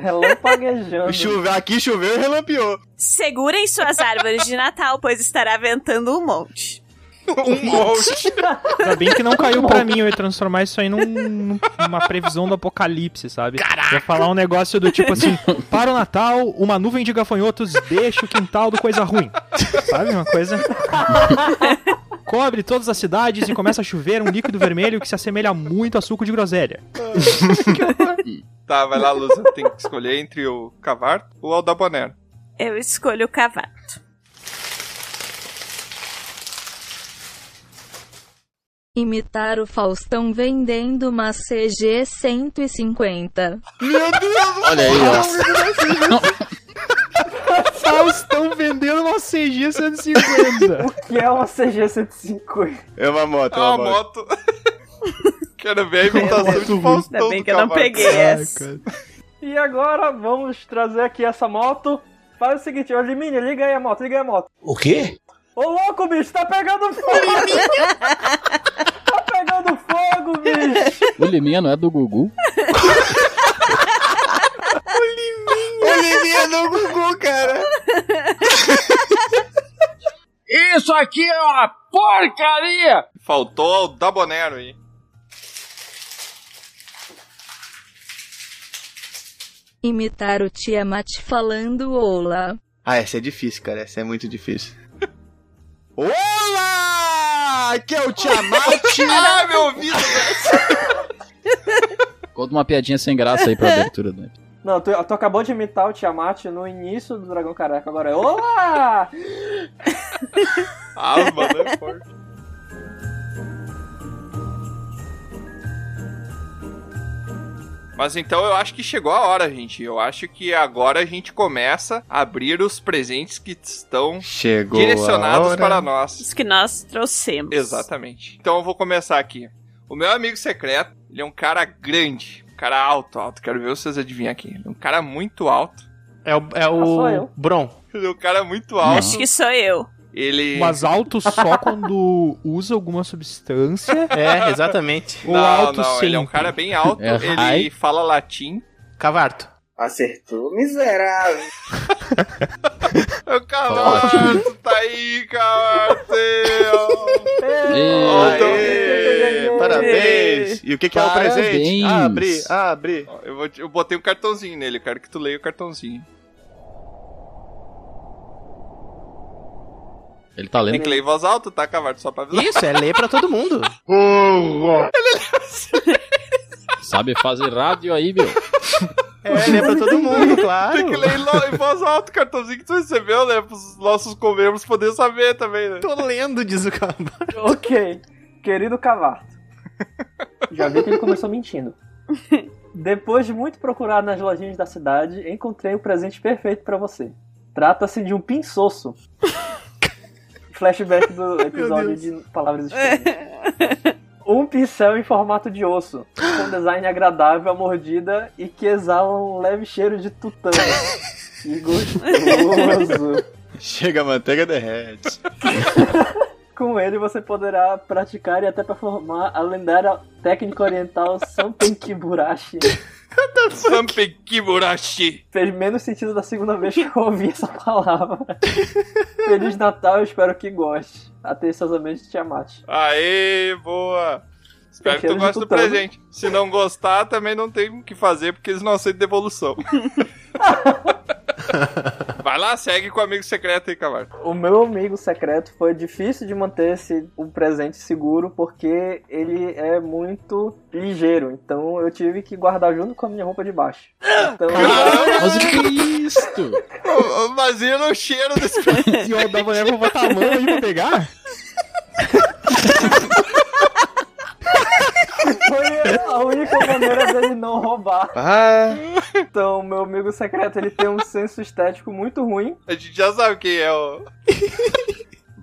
Speaker 7: Relampaguejando.
Speaker 6: Chove, aqui choveu e relampiou.
Speaker 9: Segurem suas árvores de Natal, pois estará ventando um monte.
Speaker 4: Um monte.
Speaker 8: Ainda bem que
Speaker 4: Tá
Speaker 8: não caiu pra mim, eu ia transformar isso aí num- num- numa previsão do apocalipse, sabe? Caraca! Ia falar um negócio do tipo assim, para o Natal, uma nuvem de gafanhotos deixa o quintal do coisa ruim. Sabe uma coisa? Cobre todas as cidades e começa a chover um líquido vermelho que se assemelha muito a suco de groselha.
Speaker 4: Tá, vai lá, Lusa. Tem que escolher entre o Cavarto ou o Aldabonero.
Speaker 9: Eu escolho o cavato.
Speaker 11: Imitar o Faustão vendendo uma CG 150.
Speaker 6: Meu Deus!
Speaker 1: Olha aí,
Speaker 8: Faustão vendendo uma CG 150.
Speaker 7: O que é uma CG 150?
Speaker 6: É uma moto, é
Speaker 8: Ah,
Speaker 6: uma moto.
Speaker 4: Quero ver
Speaker 7: Tá
Speaker 4: a
Speaker 6: Tá
Speaker 4: imitação de
Speaker 7: Ainda
Speaker 4: Faustão
Speaker 7: bem
Speaker 4: do
Speaker 7: que eu não
Speaker 4: Cavarto.
Speaker 7: peguei
Speaker 6: É,
Speaker 7: essa. E agora vamos trazer aqui essa moto. Faz o seguinte, ô Liminha, liga aí a moto, liga aí a moto.
Speaker 18: O quê?
Speaker 7: Ô louco, bicho, tá pegando fogo! tá pegando fogo, bicho!
Speaker 1: O Liminha não é do Gugu?
Speaker 6: enganou o Gugu, cara.
Speaker 19: Isso aqui é uma porcaria!
Speaker 4: Faltou o Dabonero aí.
Speaker 11: Imitar o Tiamat falando olá.
Speaker 6: Ah, essa é difícil, cara. Essa é muito difícil. Olá! Aqui é o Tiamat.
Speaker 4: Ah, meu ouvido,
Speaker 1: Conta uma piadinha sem graça aí pra abertura do episódio.
Speaker 7: Não, tu, tu acabou de imitar o Tiamat no início do Dragão Careca, agora é. Olá!
Speaker 4: Ah, mano, é forte. Mas então eu acho que chegou a hora, gente. Eu acho que agora a gente começa a abrir os presentes que estão
Speaker 6: Chegou
Speaker 4: direcionados
Speaker 6: a hora.
Speaker 4: para nós.
Speaker 9: Isso que nós trouxemos.
Speaker 4: Exatamente. Então eu vou começar aqui. O meu amigo secreto, ele é um cara grande, um cara alto, alto. Quero ver vocês adivinhar aqui. Ele é um cara muito alto.
Speaker 12: É o, é
Speaker 4: sou
Speaker 12: o
Speaker 4: eu.
Speaker 12: Bron.
Speaker 4: Ele é um cara muito alto.
Speaker 9: Ah, Acho que sou eu.
Speaker 4: Ele.
Speaker 8: Mas alto só quando usa alguma substância.
Speaker 12: É, exatamente.
Speaker 8: Ou alto
Speaker 4: não,
Speaker 8: sempre.
Speaker 4: ele é um cara bem alto,
Speaker 8: É
Speaker 4: ele
Speaker 8: high.
Speaker 4: fala latim.
Speaker 12: Cavarto.
Speaker 2: Acertou,
Speaker 12: né?
Speaker 2: miserável.
Speaker 4: Ô, Cavarto, tá aí, Cavarto!
Speaker 6: Parabéns! E o que, que é o presente?
Speaker 4: Ah,
Speaker 6: Abre, abre.
Speaker 4: Ó, Eu, vou te- eu botei um cartãozinho nele, eu quero que tu leia o cartãozinho.
Speaker 1: Ele tá
Speaker 4: Tem
Speaker 1: lendo.
Speaker 4: que ler em voz alta, tá, Cavarto? Só pra avisar.
Speaker 12: Isso, é ler pra todo mundo.
Speaker 1: Sabe fazer rádio aí, meu?
Speaker 12: É, ler pra todo mundo, claro.
Speaker 4: Tem que ler em lo- em voz alta o cartãozinho que tu recebeu, né? Pros nossos convênios poderem saber também, né?
Speaker 12: Tô lendo, diz o Cavarto.
Speaker 7: ok. Querido Cavarto. Já vi que ele começou mentindo. Depois de muito procurar nas lojinhas da cidade, encontrei o presente perfeito pra você. Trata-se de um pinsoço. Flashback do episódio
Speaker 20: Deus.
Speaker 7: de Palavras Estranhas. Um pincel em formato de osso, com design agradável à mordida e que exala um leve cheiro de tutano. E gostoso.
Speaker 6: Chega a manteiga derrete.
Speaker 7: Com ele você poderá praticar e até performar a lendária técnica oriental Sanpenkiburashi.
Speaker 4: Sanpenkiburashi!
Speaker 7: Fez menos sentido da segunda vez que eu ouvi essa palavra. Feliz Natal, eu espero que goste. Atenciosamente, Tiamat.
Speaker 4: Aê, boa! Espero que tu
Speaker 12: é
Speaker 7: cheiro de
Speaker 4: goste do
Speaker 7: tutano.
Speaker 12: né?
Speaker 4: presente. Se não gostar, também não tem o que fazer, porque eles não aceitam devolução. Vai lá, segue com o amigo secreto aí, Cavarto.
Speaker 7: O meu amigo secreto foi difícil de manter esse um presente seguro porque ele é muito ligeiro. Então eu tive que guardar junto com a minha roupa de baixo. Então,
Speaker 1: Mas o que é isto?
Speaker 4: Imagina o cheiro desse
Speaker 8: E o da mulher vai botar a mão aí pra pegar?
Speaker 7: Foi a única maneira dele não roubar.
Speaker 6: Ah.
Speaker 7: Então, meu amigo secreto, ele tem um senso estético muito ruim.
Speaker 4: A gente já sabe quem é o.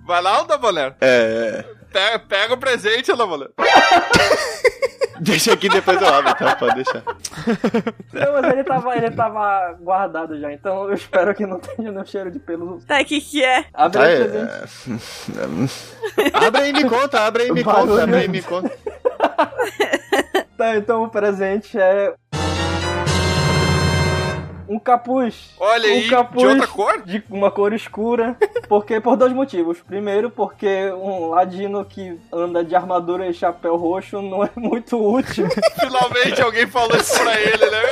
Speaker 4: Vai lá, ô Dabolero.
Speaker 6: É.
Speaker 4: Pega, pega o presente, ô Dabolero.
Speaker 8: é.
Speaker 6: Deixa aqui depois eu abro, tá? Pode deixar.
Speaker 7: Não, mas ele tava, ele tava guardado já, então eu espero que não tenha nenhum cheiro de pelo.
Speaker 9: Tá, o que que é?
Speaker 7: Abre
Speaker 6: Tá,
Speaker 7: aí,
Speaker 6: é-
Speaker 7: presente.
Speaker 6: abre aí e me conta, abre aí e me
Speaker 7: Barulho.
Speaker 6: conta, abre aí e me conta.
Speaker 7: Tá, então o presente é. Um capuz.
Speaker 4: Olha
Speaker 7: um
Speaker 4: aí, de outra cor?
Speaker 7: De uma cor escura. Porque, por dois motivos. Primeiro, porque um ladino que anda de armadura e chapéu roxo não é muito útil.
Speaker 4: Finalmente alguém falou isso pra ele, né?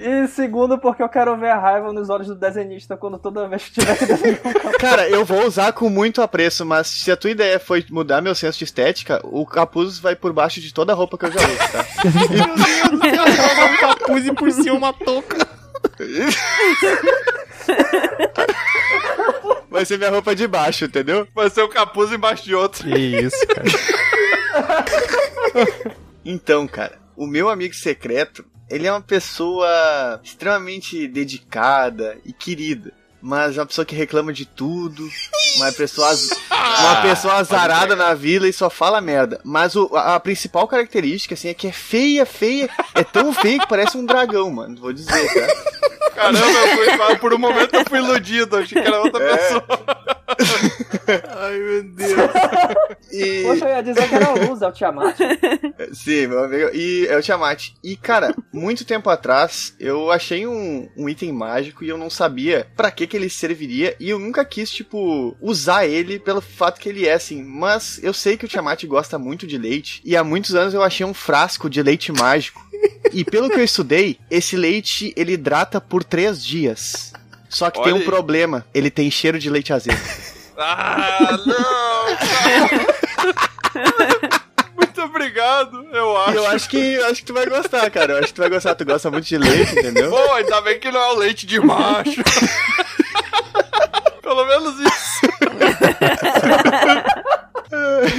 Speaker 7: e segundo, porque eu quero ver a raiva nos olhos do desenhista quando toda vez que tiver que desenhar um capuz.
Speaker 6: é. Cara, eu vou usar com muito apreço, mas se a tua ideia foi mudar meu senso de estética, o capuz vai por baixo de toda a roupa que eu já uso, tá?
Speaker 12: um capuz e por cima uma touca.
Speaker 6: tá? Vai ser minha roupa de baixo, entendeu?
Speaker 4: Vai ser um capuz embaixo de outro.
Speaker 6: Que isso, cara. então, cara, o meu amigo secreto, ele é uma pessoa extremamente dedicada e querida. Mas é uma pessoa que reclama de tudo, uma pessoa, az- uma pessoa azarada na vila e só fala merda. Mas o- a, a principal característica, assim, é que é feia, feia. É tão feia que parece um dragão, mano. Vou dizer, cara.
Speaker 12: um
Speaker 6: É.
Speaker 4: Caramba, eu fui, por um momento eu fui iludido, achei que era outra pessoa.
Speaker 12: Ai, meu Deus. E...
Speaker 7: Poxa, eu ia dizer que era o Luz, é o Tiamat.
Speaker 12: Sim, meu amigo. E é o Tiamat. E, cara, muito tempo atrás eu achei um, um item mágico e eu não sabia pra que que ele serviria. E eu nunca quis, tipo, usar ele pelo fato que ele é assim. Mas eu sei que o Tiamat gosta muito de leite. E há muitos anos eu achei um frasco de leite mágico. E pelo que eu estudei, esse leite ele hidrata por três dias. Só que
Speaker 4: Olha
Speaker 12: tem um
Speaker 4: aí.
Speaker 12: problema: ele tem cheiro de leite azedo.
Speaker 4: Ah, não! cara. Muito obrigado, eu
Speaker 12: E
Speaker 4: acho.
Speaker 12: eu acho que eu acho que tu vai gostar, cara. Eu acho que tu vai gostar. Tu gosta muito de leite, entendeu?
Speaker 4: Bom, ainda bem que não é o leite de macho. Pelo menos isso.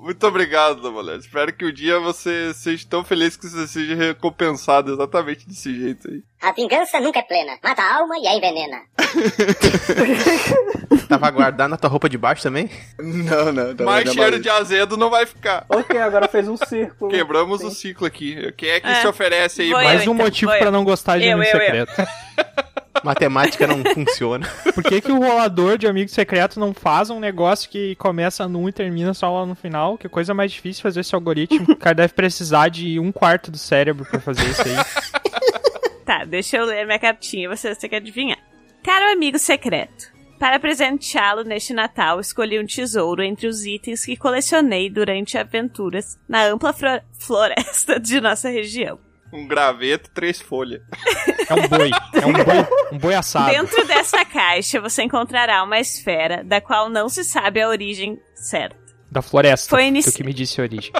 Speaker 4: Muito obrigado, Domalé. Espero que um dia você seja tão feliz que você seja recompensado exatamente desse jeito aí.
Speaker 21: A vingança nunca é plena. Mata a alma e a envenena.
Speaker 2: Tava guardando na tua roupa de baixo também?
Speaker 12: Não, não.
Speaker 8: Então,
Speaker 4: Mais cheiro de azedo não vai ficar.
Speaker 7: Ok, agora fez um círculo.
Speaker 4: Quebramos o ciclo aqui. Quem é que se oferece aí?
Speaker 9: Vou
Speaker 8: Mais
Speaker 9: eu,
Speaker 8: um
Speaker 9: então,
Speaker 8: motivo
Speaker 9: vou
Speaker 8: pra
Speaker 9: eu.
Speaker 8: não gostar de
Speaker 9: Eu,
Speaker 4: um
Speaker 8: amigo
Speaker 9: eu, eu.
Speaker 8: secreto.
Speaker 2: Matemática não funciona.
Speaker 8: Por que, que o rolador de amigo secreto não faz um negócio que começa num e termina só lá no final? Que coisa mais difícil fazer esse algoritmo. O cara deve precisar de um quarto do cérebro pra fazer isso aí.
Speaker 9: Tá, deixa eu ler minha cartinha, você tem que adivinhar. Caro amigo secreto, para presenteá-lo neste Natal, escolhi um tesouro entre os itens que colecionei durante aventuras na ampla fro- floresta de nossa região.
Speaker 4: Um graveto e três folhas.
Speaker 8: É um boi. É um boi, um boi assado.
Speaker 9: Dentro dessa caixa você encontrará uma esfera da qual não se sabe a origem certa.
Speaker 8: Da floresta.
Speaker 9: Foi
Speaker 8: Foi
Speaker 9: inici-
Speaker 8: que me disse a origem.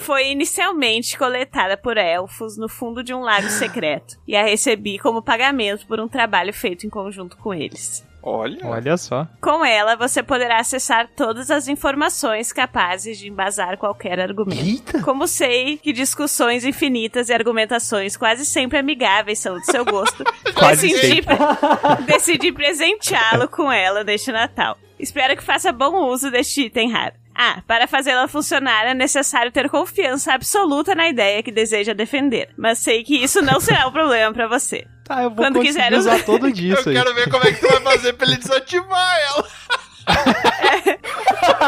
Speaker 9: Foi inicialmente coletada por elfos no fundo de um lago secreto e a recebi como pagamento por um trabalho feito em conjunto com eles.
Speaker 4: Olha.
Speaker 8: Olha só.
Speaker 9: Com ela, você poderá acessar todas as informações capazes de embasar qualquer argumento. Como sei que discussões infinitas e argumentações quase sempre amigáveis são do seu gosto,
Speaker 8: Quase
Speaker 9: decidi,
Speaker 8: sempre.
Speaker 9: decidi presenteá-lo com ela neste Natal. Espero que faça bom uso deste item raro. Ah, para fazê-la funcionar é necessário ter confiança absoluta na ideia que deseja defender. Mas sei que isso não será um problema para você.
Speaker 8: Tá, eu
Speaker 4: vou
Speaker 9: Quando
Speaker 4: conseguir
Speaker 9: quiser
Speaker 4: usar
Speaker 8: todo dia
Speaker 4: Eu quero ver como é que tu vai fazer pra ele desativar ela.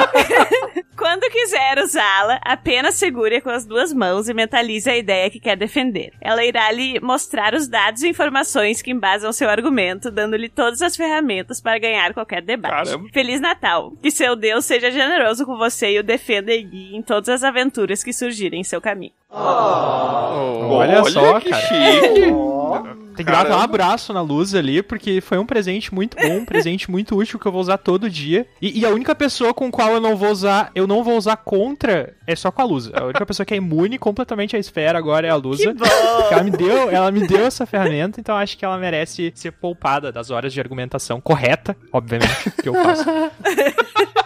Speaker 9: Quando quiser usá-la, apenas segure com as duas mãos e mentalize a ideia que quer defender. Ela irá lhe mostrar os dados e informações que embasam seu argumento, dando-lhe todas as ferramentas para ganhar qualquer debate.
Speaker 18: Caramba.
Speaker 9: Feliz Natal! Que seu Deus seja generoso com você e o defenda e guie em todas as aventuras que surgirem em seu caminho.
Speaker 8: Olha, só,
Speaker 18: que
Speaker 8: cara.
Speaker 18: chique.
Speaker 8: Tem que dar um
Speaker 18: Caramba.
Speaker 8: abraço na luz ali, porque foi um presente muito bom, um presente muito útil que eu vou usar todo dia. E, e a única pessoa com qual eu não vou usar, eu não vou usar contra, é só com a luz. A única pessoa que é imune completamente à esfera agora é a luz. Ela me deu, ela me deu essa ferramenta, então acho que ela merece ser poupada das horas de argumentação correta, obviamente, que eu faço.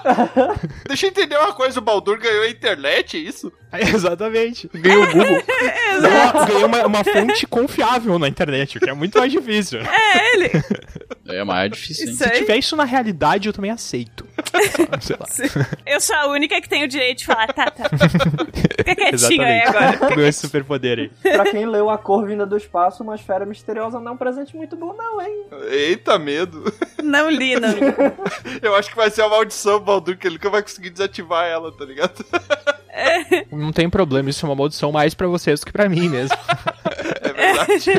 Speaker 4: Deixa eu entender uma coisa, o Baldur ganhou a internet, é isso?
Speaker 8: Exatamente. Ganhei o Google. Eu ganhei uma, uma fonte confiável na internet, o que é muito mais difícil.
Speaker 9: É, ele.
Speaker 1: É mais difícil.
Speaker 9: Isso
Speaker 8: Se
Speaker 9: aí.
Speaker 8: tiver isso na realidade, eu também aceito. Sei lá.
Speaker 9: Eu sou a única que tem o direito de falar, tá, tá. Fica quietinho aí agora.
Speaker 8: Ganhou esse superpoder aí.
Speaker 7: Pra quem leu A Cor Vinda do Espaço, uma esfera misteriosa não é um presente muito bom, não, hein?
Speaker 4: Eita, medo.
Speaker 9: Não li, não li.
Speaker 4: Eu acho que vai ser uma maldição, Baldur, que ele nunca vai conseguir desativar ela, tá ligado?
Speaker 8: Não tem problema, isso é uma maldição mais pra vocês do que pra mim mesmo.
Speaker 4: É verdade.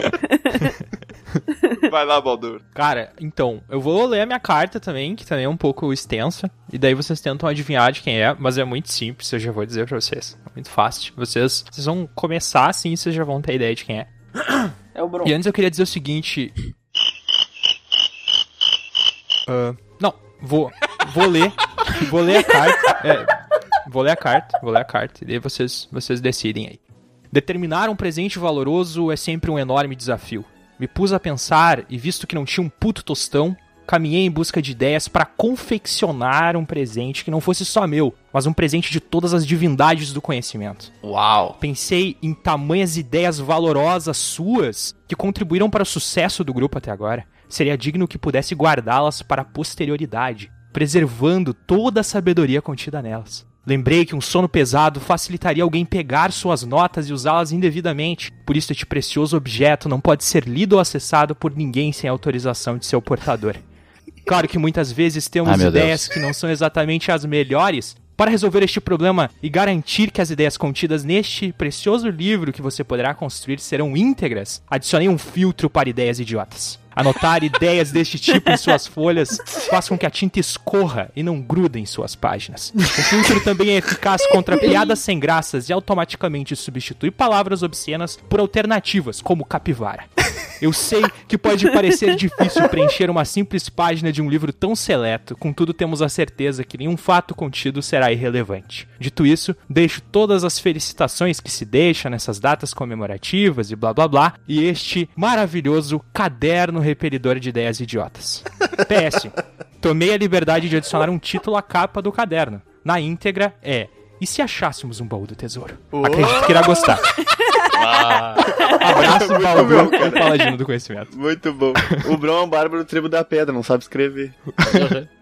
Speaker 4: vai lá, Baldur.
Speaker 8: Cara, então, eu vou ler a minha carta também, que também é um pouco extensa, e daí vocês tentam adivinhar de quem é, mas é muito simples, eu já vou dizer pra vocês. É muito fácil. Vocês, vocês vão começar assim e vocês já vão ter ideia de quem é.
Speaker 7: É o Bron.
Speaker 8: E antes eu queria dizer o seguinte. Ah, não, vou. Vou ler. Vou ler a carta. É, vou ler a carta, vou ler a carta. E daí vocês, vocês decidem aí. Determinar um presente valoroso é sempre um enorme desafio. Me pus a pensar e, visto que não tinha um puto tostão, caminhei em busca de ideias para confeccionar um presente que não fosse só meu, mas um presente de todas as divindades do conhecimento.
Speaker 1: Uau!
Speaker 8: Pensei em tamanhas ideias valorosas suas que contribuíram para o sucesso do grupo até agora. Seria digno que pudesse guardá-las para a posterioridade, preservando toda a sabedoria contida nelas. Lembrei que um sono pesado facilitaria alguém pegar suas notas e usá-las indevidamente. Por isso, este precioso objeto não pode ser lido ou acessado por ninguém sem autorização de seu portador. Claro que muitas vezes temos
Speaker 1: Ah, meu
Speaker 8: ideias que não são exatamente as melhores. Para resolver este problema e garantir que as ideias contidas neste precioso livro que você poderá construir serão íntegras, adicionei um filtro para ideias idiotas. Anotar ideias deste tipo em suas folhas faz com que a tinta escorra e não gruda em suas páginas. O filtro também é eficaz contra piadas sem graças e automaticamente substitui palavras obscenas por alternativas, como capivara. Eu sei que pode parecer difícil preencher uma simples página de um livro tão seleto, contudo temos a certeza que nenhum fato contido será irrelevante. Dito isso, deixo todas as felicitações que se deixa nessas datas comemorativas e blá blá blá, e este maravilhoso caderno repelidor de ideias idiotas. PS, tomei a liberdade de adicionar um título à capa do caderno. Na íntegra é E se achássemos um baú do tesouro? Acredito que irá gostar.
Speaker 4: Ah.
Speaker 8: Abraço,
Speaker 6: Muito
Speaker 8: Baldur,
Speaker 6: bom, cara.
Speaker 8: e Paladino do Conhecimento.
Speaker 6: Muito bom. O Bron é um bárbaro do tribo da pedra, não sabe escrever.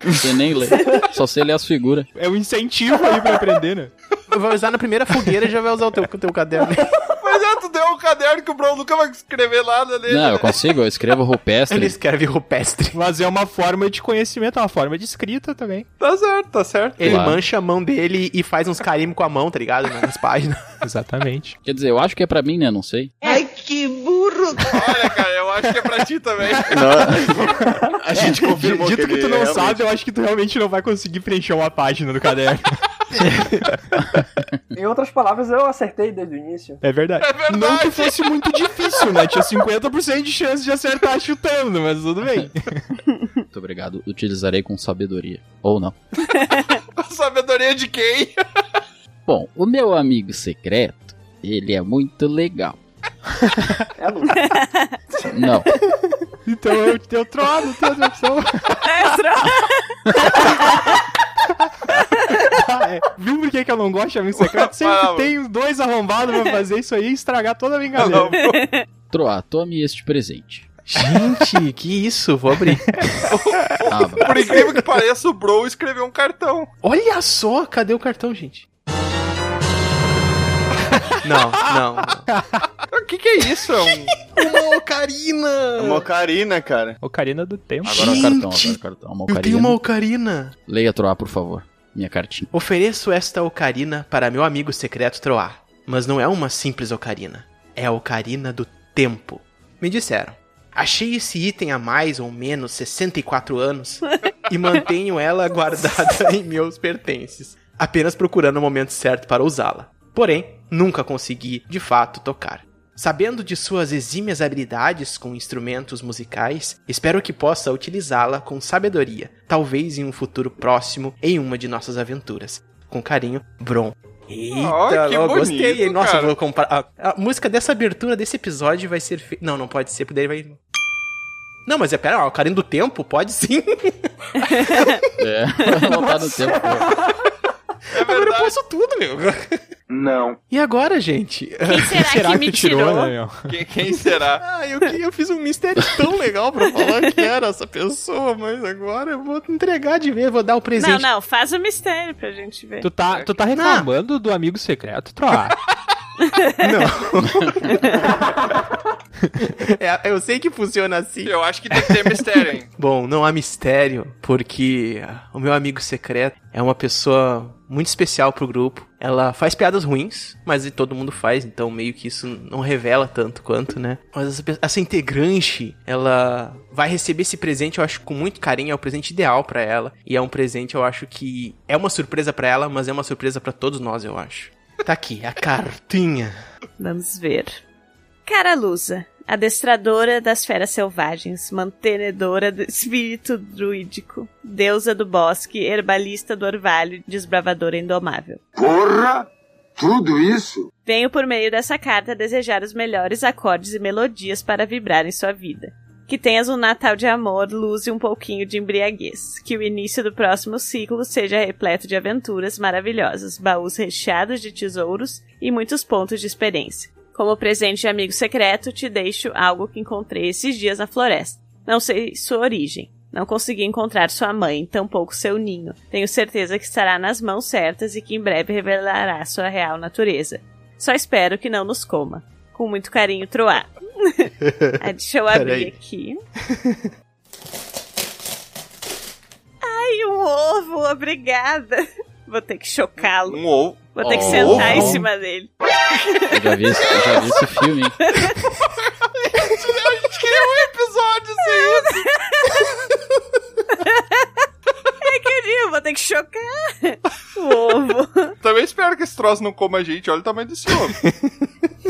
Speaker 1: Você nem lê. Só sei ler as figuras.
Speaker 8: É um incentivo aí pra aprender, né?
Speaker 2: Vai usar na primeira fogueira e já vai usar o teu, o teu caderno.
Speaker 12: Mas é, tu deu um caderno que o Bruno nunca vai escrever nada nele.
Speaker 1: Não, eu consigo, eu escrevo rupestre.
Speaker 2: Ele escreve rupestre.
Speaker 8: Mas é uma forma de conhecimento, é uma forma de escrita também.
Speaker 12: Tá certo, tá certo.
Speaker 2: Ele
Speaker 1: Claro.
Speaker 2: mancha a mão dele e faz uns carimbos com a mão, tá ligado? Nas páginas.
Speaker 8: Exatamente.
Speaker 1: Quer dizer, eu acho que é pra mim, né? Não sei.
Speaker 22: Ai, que burro!
Speaker 12: Olha, cara, eu acho que é pra ti também.
Speaker 6: A gente confirmou
Speaker 8: É, Dito que,
Speaker 6: que
Speaker 8: tu
Speaker 6: ele
Speaker 8: não
Speaker 6: realmente-
Speaker 8: sabe, eu acho que tu realmente não vai conseguir preencher uma página do caderno.
Speaker 7: Em outras palavras, eu acertei desde o início.
Speaker 8: É verdade. Não que fosse muito difícil, né? Tinha 50% de chance de acertar chutando, mas tudo bem.
Speaker 1: Muito obrigado. Utilizarei com sabedoria. Ou não.
Speaker 12: Com sabedoria de quem?
Speaker 1: Bom, o meu amigo secreto, ele é muito legal. Não.
Speaker 8: Então eu teu trono, tem outra opção.
Speaker 22: É,
Speaker 8: Ah, é. Viu por que, que eu não gosto de amigo secreto? Sempre
Speaker 1: Fala,
Speaker 8: tem os dois arrombados pra fazer isso aí e estragar toda a brincadeira.
Speaker 1: Troá, tome este presente.
Speaker 2: Gente, que isso? Vou abrir.
Speaker 1: Ah, mano.
Speaker 12: Por incrível que pareça, o Bro escreveu um cartão.
Speaker 2: Olha só, cadê o cartão, gente? Não, não.
Speaker 12: O que, que é isso? É um...
Speaker 2: Uma ocarina!
Speaker 6: É Uma ocarina, cara.
Speaker 8: Ocarina do tempo.
Speaker 1: Agora é o cartão, agora o cartão. é Uma
Speaker 2: Eu tenho uma ocarina.
Speaker 1: Leia, Troá, por favor. Minha cartinha.
Speaker 2: Ofereço esta ocarina para meu amigo secreto Troar. Mas não é uma simples ocarina. É a ocarina do tempo. Me disseram. Achei esse item há mais ou menos 64 anos e mantenho ela guardada em meus pertences, apenas procurando o momento certo para usá-la. Porém, nunca consegui, de fato, tocar. Sabendo de suas exímias habilidades com instrumentos musicais, espero que possa utilizá-la com sabedoria, talvez em um futuro próximo em uma de nossas aventuras. Com carinho, Bron. Eita,
Speaker 12: Ó, que
Speaker 2: eu gostei.
Speaker 12: bonito,
Speaker 2: Nossa,
Speaker 12: cara.
Speaker 2: eu vou comprar. A, a música dessa abertura desse episódio vai ser. fe- Não, não pode ser, porque daí vai. Não, mas é pera, ó, o carinho do tempo pode sim.
Speaker 1: É, vou botar no tempo. né?
Speaker 2: Agora eu posso tudo, meu.
Speaker 11: Não.
Speaker 2: E agora, gente? Quem
Speaker 9: será que me tirou?
Speaker 12: Quem, quem será?
Speaker 2: Ah, eu, que- eu fiz um mistério tão legal pra falar que era essa pessoa, mas agora eu vou entregar de ver, vou dar o
Speaker 9: Não,
Speaker 2: presente.
Speaker 9: não, faz o mistério pra gente ver.
Speaker 8: Tu tá, tu tá reclamando do amigo secreto, Troá.
Speaker 2: É, eu sei que funciona assim.
Speaker 12: Eu acho que tem que ter mistério, hein?
Speaker 2: Bom, não há mistério, porque ah, o meu amigo secreto é uma pessoa muito especial pro grupo. Ela faz piadas ruins, mas todo mundo faz, então meio que isso não revela tanto quanto, né? Mas essa, pe- essa integrante, ela vai receber esse presente, eu acho, com muito carinho, é o presente ideal pra ela. E é um presente, eu acho que é uma surpresa pra ela, mas é uma surpresa pra todos nós, eu acho. Tá aqui, a cartinha.
Speaker 9: Vamos ver. Cara Lusa, adestradora das feras selvagens, mantenedora do espírito druídico, deusa do bosque, herbalista do orvalho, desbravadora indomável.
Speaker 11: Porra! Tudo isso?
Speaker 9: Venho por meio dessa carta desejar os melhores acordes e melodias para vibrar em sua vida. Que tenhas um Natal de amor, luz e um pouquinho de embriaguez. Que o início do próximo ciclo seja repleto de aventuras maravilhosas, baús recheados de tesouros e muitos pontos de experiência. Como presente de amigo secreto, te deixo algo que encontrei esses dias na floresta. Não sei sua origem. Não consegui encontrar sua mãe, tampouco seu ninho. Tenho certeza que estará nas mãos certas e que em breve revelará sua real natureza. Só espero que não nos coma. Com muito carinho, Troá. Ah, Deixa eu abrir
Speaker 2: Peraí.
Speaker 9: aqui. um ovo, obrigada. Vou ter que chocá-lo.
Speaker 4: Um ovo.
Speaker 9: Vou ter que
Speaker 1: Oh.
Speaker 9: sentar em
Speaker 1: Ovo.
Speaker 9: cima dele.
Speaker 1: Eu já vi, esse- eu já vi esse filme, hein?
Speaker 4: A gente queria um episódio sem isso.
Speaker 9: É que eu digo, vou ter que chocar o ovo.
Speaker 4: Também espero que esse troço não coma a gente. Olha o tamanho desse ovo.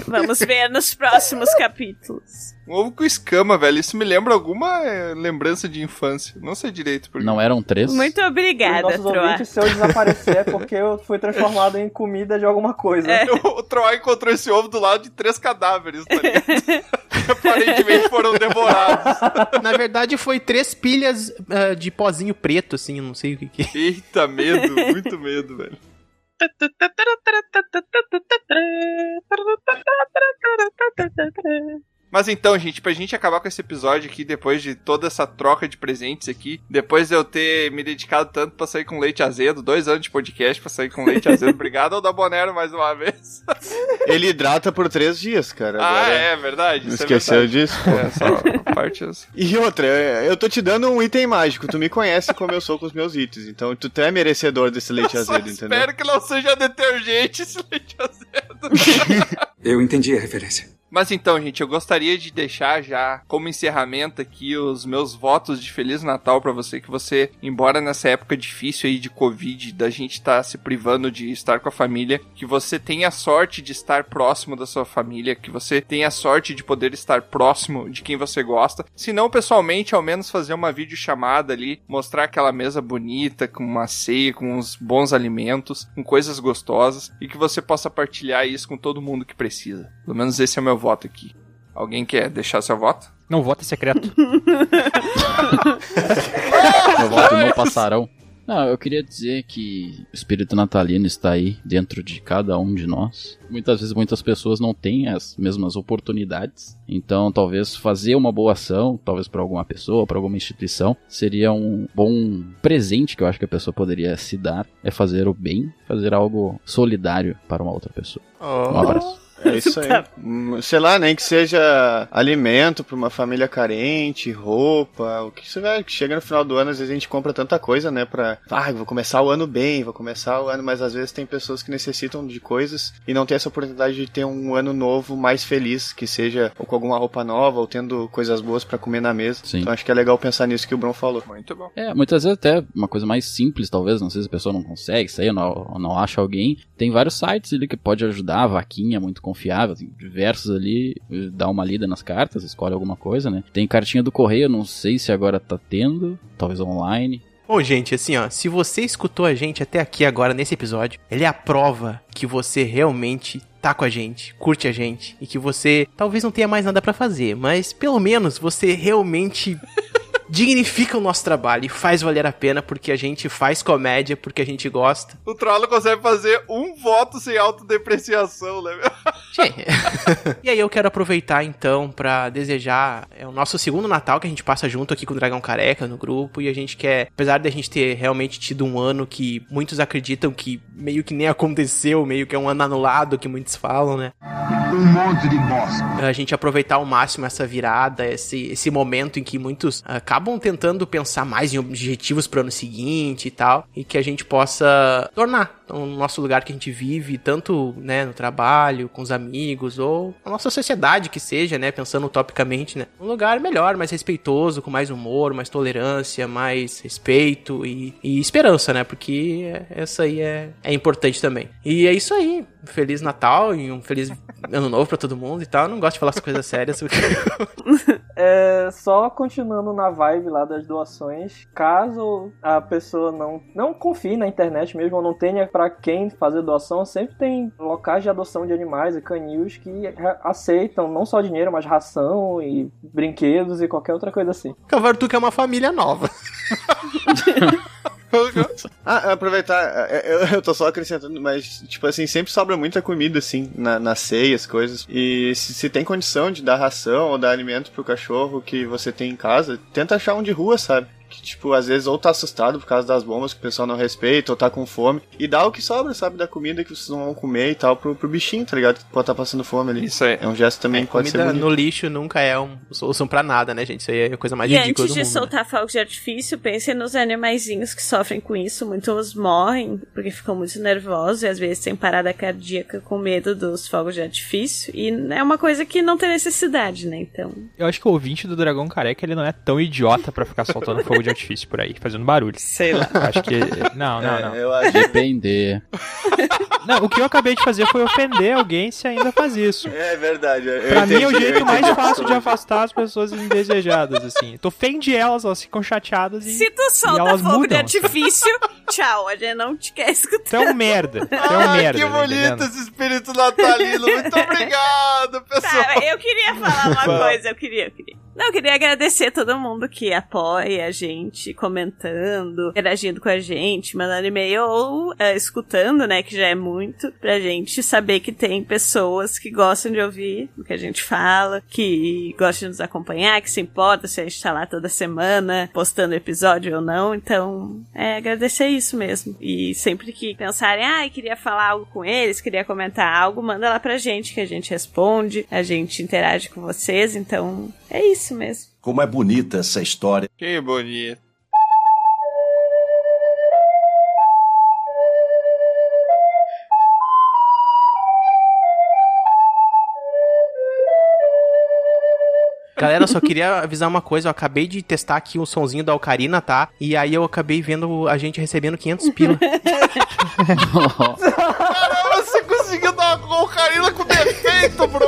Speaker 9: Vamos ver nos próximos capítulos.
Speaker 4: Um ovo com escama, velho. Isso me lembra alguma eh, lembrança de infância. Não sei direito por quê.
Speaker 1: Não eram três?
Speaker 9: Muito obrigada,
Speaker 7: Nossos ouvintes, se eu desaparecer é porque eu fui transformado em comida de alguma coisa.
Speaker 9: É.
Speaker 12: É.
Speaker 4: O Troá encontrou esse ovo do lado de três cadáveres, tá ligado? Aparentemente foram devorados.
Speaker 2: Na verdade, foi três pilhas ah, de pozinho preto, assim, eu não sei o que que é.
Speaker 4: Eita, medo, muito medo, velho. Mas então, gente, pra gente acabar com esse episódio aqui, depois de toda essa troca de presentes aqui, depois de eu ter me dedicado tanto pra sair com leite azedo, dois anos de podcast pra sair com leite azedo, obrigado ao Dabonero mais uma vez.
Speaker 6: Ele hidrata por três dias, cara.
Speaker 4: ah,
Speaker 6: Agora-
Speaker 4: é verdade. isso é
Speaker 6: Esqueceu
Speaker 4: verdade.
Speaker 6: disso?
Speaker 4: É, só parte assim.
Speaker 6: E outra, eu- eu tô te dando um item mágico. Tu me conhece como eu sou com os meus itens. Então tu é merecedor desse leite
Speaker 4: Eu só
Speaker 6: azedo, entendeu?
Speaker 4: Espero que não seja detergente esse leite azedo.
Speaker 23: Eu entendi a referência.
Speaker 4: Mas então, gente, eu gostaria de deixar já como encerramento aqui os meus votos de Feliz Natal pra você, que você, embora nessa época difícil aí de Covid, da gente estar se privando de estar com a família, que você tenha a sorte de estar próximo da sua família, que você tenha a sorte de poder estar próximo de quem você gosta. Se não pessoalmente, ao menos fazer uma videochamada ali, mostrar aquela mesa bonita, com uma ceia, com uns bons alimentos, com coisas gostosas, e que você possa partilhar isso com todo mundo que precisa. Pelo menos esse é o meu voto aqui. Alguém quer deixar seu voto?
Speaker 24: Não, voto é secreto.
Speaker 1: Meu voto não passarão. Não, eu queria dizer que o espírito natalino está aí dentro de cada um de nós. Muitas vezes muitas pessoas não têm as mesmas oportunidades. Então, talvez fazer uma boa ação, talvez para alguma pessoa, para alguma instituição, seria um bom presente que eu acho que a pessoa poderia se dar, é fazer o bem, fazer algo solidário para uma outra pessoa. Um abraço.
Speaker 6: É isso aí.
Speaker 1: Tá.
Speaker 6: Hum, Sei lá, nem que seja alimento pra uma família carente, roupa, o que você vai. que Chega no final do ano, às vezes a gente compra tanta coisa, né? Pra. Ah, eu vou começar o ano bem, vou começar o ano, mas às vezes tem pessoas que necessitam de coisas e não tem essa oportunidade de ter um ano novo mais feliz, que seja ou com alguma roupa nova, ou tendo coisas boas pra comer na mesa.
Speaker 1: Sim.
Speaker 6: Então acho que é legal pensar nisso que o Bron falou.
Speaker 4: Muito bom.
Speaker 1: É, muitas vezes até uma coisa mais simples, talvez, não sei se a pessoa não consegue sair ou não, ou não acha alguém. Tem vários sites ali que pode ajudar, a vaquinha é muito confiável, tem diversos ali, eh, dá uma lida nas cartas, escolhe alguma coisa, né? Tem cartinha do correio, não sei se agora tá tendo, talvez online.
Speaker 2: Bom, gente, assim, ó, se você escutou a gente até aqui agora nesse episódio, ele é a prova que você realmente tá com a gente, curte a gente e que você talvez não tenha mais nada pra fazer, mas pelo menos você realmente dignifica o nosso trabalho e faz valer a pena porque a gente faz comédia, porque a gente gosta.
Speaker 4: O Trollo consegue fazer um voto sem autodepreciação, né?
Speaker 2: E aí eu quero aproveitar então pra desejar é o nosso segundo Natal que a gente passa junto aqui com o Dragão Careca no grupo e a gente quer, apesar da gente ter realmente tido um ano que muitos acreditam que meio que nem aconteceu, meio que é um ano anulado que muitos falam, né?
Speaker 5: Um monte de bosta.
Speaker 2: a gente aproveitar ao máximo essa virada, esse, esse momento em que muitos ah, acabam tentando pensar mais em objetivos pro ano seguinte e tal, e que a gente possa tornar o nosso lugar que a gente vive, tanto né, no trabalho, com os amigos, ou a nossa sociedade que seja, né, pensando utopicamente, né, um lugar melhor, mais respeitoso, com mais humor, mais tolerância, mais respeito e, e esperança, né, porque é- essa aí é, é importante também. E é isso aí, Feliz Natal e um feliz ano novo pra todo mundo e tal. Eu não gosto de falar essas coisas sérias. porque-
Speaker 7: É, só continuando na vibe lá das doações, caso a pessoa não, não confie na internet mesmo, ou não tenha pra quem fazer doação, sempre tem locais de adoção de animais e canil que re- aceitam não só dinheiro, mas ração e brinquedos e qualquer outra coisa assim.
Speaker 2: Cavartuca é uma família nova.
Speaker 6: Ah, aproveitar, eh, eu, eu tô só acrescentando, mas, tipo assim, sempre sobra muita comida, assim, na, nas ceias, coisas. E se, se tem condição de dar ração ou dar alimento pro cachorro que você tem em casa, tenta achar um de rua, sabe? que, tipo, às vezes ou tá assustado por causa das bombas que o pessoal não respeita, ou tá com fome, e dá o que sobra, sabe, da comida que vocês não vão comer e tal, pro, pro bichinho, tá ligado? Que pode tá passando fome ali.
Speaker 4: Isso aí.
Speaker 6: É um gesto também que pode ser
Speaker 25: Comida
Speaker 6: bonito.
Speaker 25: no lixo nunca é um- solução pra nada, né, gente? Isso aí é a coisa mais
Speaker 9: e
Speaker 25: ridícula
Speaker 9: antes
Speaker 25: do
Speaker 9: de
Speaker 25: mundo. né?
Speaker 9: soltar fogos de artifício, pensem nos animaizinhos que sofrem com isso. Muitos morrem porque ficam muito nervosos e às vezes têm parada cardíaca com medo dos fogos de artifício. E é uma coisa que não tem necessidade, né? Então,
Speaker 8: Eu acho que o ouvinte do Dragão Careca, ele não é tão idiota pra ficar soltando fogo de artifício por aí, fazendo barulho.
Speaker 9: Sei lá.
Speaker 8: Acho que... Não, não,
Speaker 6: É,
Speaker 8: não.
Speaker 6: eu acho.
Speaker 26: Depender.
Speaker 8: Não, o que eu acabei de fazer foi ofender alguém se ainda faz isso.
Speaker 6: É verdade. eu- eu
Speaker 8: Pra mim é o
Speaker 6: entendi, eu
Speaker 8: jeito mais
Speaker 6: entendi a
Speaker 8: fácil de
Speaker 6: pessoa.
Speaker 8: afastar as pessoas indesejadas, assim. Tu ofende elas, elas ficam chateadas e.
Speaker 9: se tu
Speaker 8: e
Speaker 9: solta
Speaker 8: elas
Speaker 9: fogo né? É de
Speaker 8: mudam,
Speaker 9: artifício, tchau, a gente não te tá- quer escutar.
Speaker 8: Tu é um merda. Tu é um merda.
Speaker 6: que
Speaker 8: tá
Speaker 6: bonito
Speaker 8: entendendo?
Speaker 6: esse espírito natalino. Muito obrigado, pessoal.
Speaker 9: Cara, eu queria falar uma
Speaker 6: Fala.
Speaker 9: coisa, eu queria, eu queria. Não, eu queria agradecer todo mundo que apoia a gente, comentando, interagindo com a gente, mandando e-mail ou eh, escutando, né, que já é muito, pra gente saber que tem pessoas que gostam de ouvir o que a gente fala, que gostam de nos acompanhar, que se importa se a gente tá lá toda semana, postando episódio ou não, então é agradecer isso mesmo. E sempre que pensarem, ah, queria falar algo com eles, queria comentar algo, manda lá pra gente que a gente responde, a gente interage com vocês, então é isso mesmo.
Speaker 27: Como é bonita essa história.
Speaker 4: Que bonito.
Speaker 25: Galera, eu só queria avisar uma coisa. Eu acabei de testar aqui o sonzinho da Ocarina, tá? E aí eu acabei vendo a gente recebendo 500 pila.
Speaker 6: Caramba, você conseguiu dar uma ocarina com defeito, bro.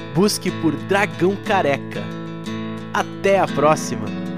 Speaker 2: busque por Dragão Careca. Até a próxima!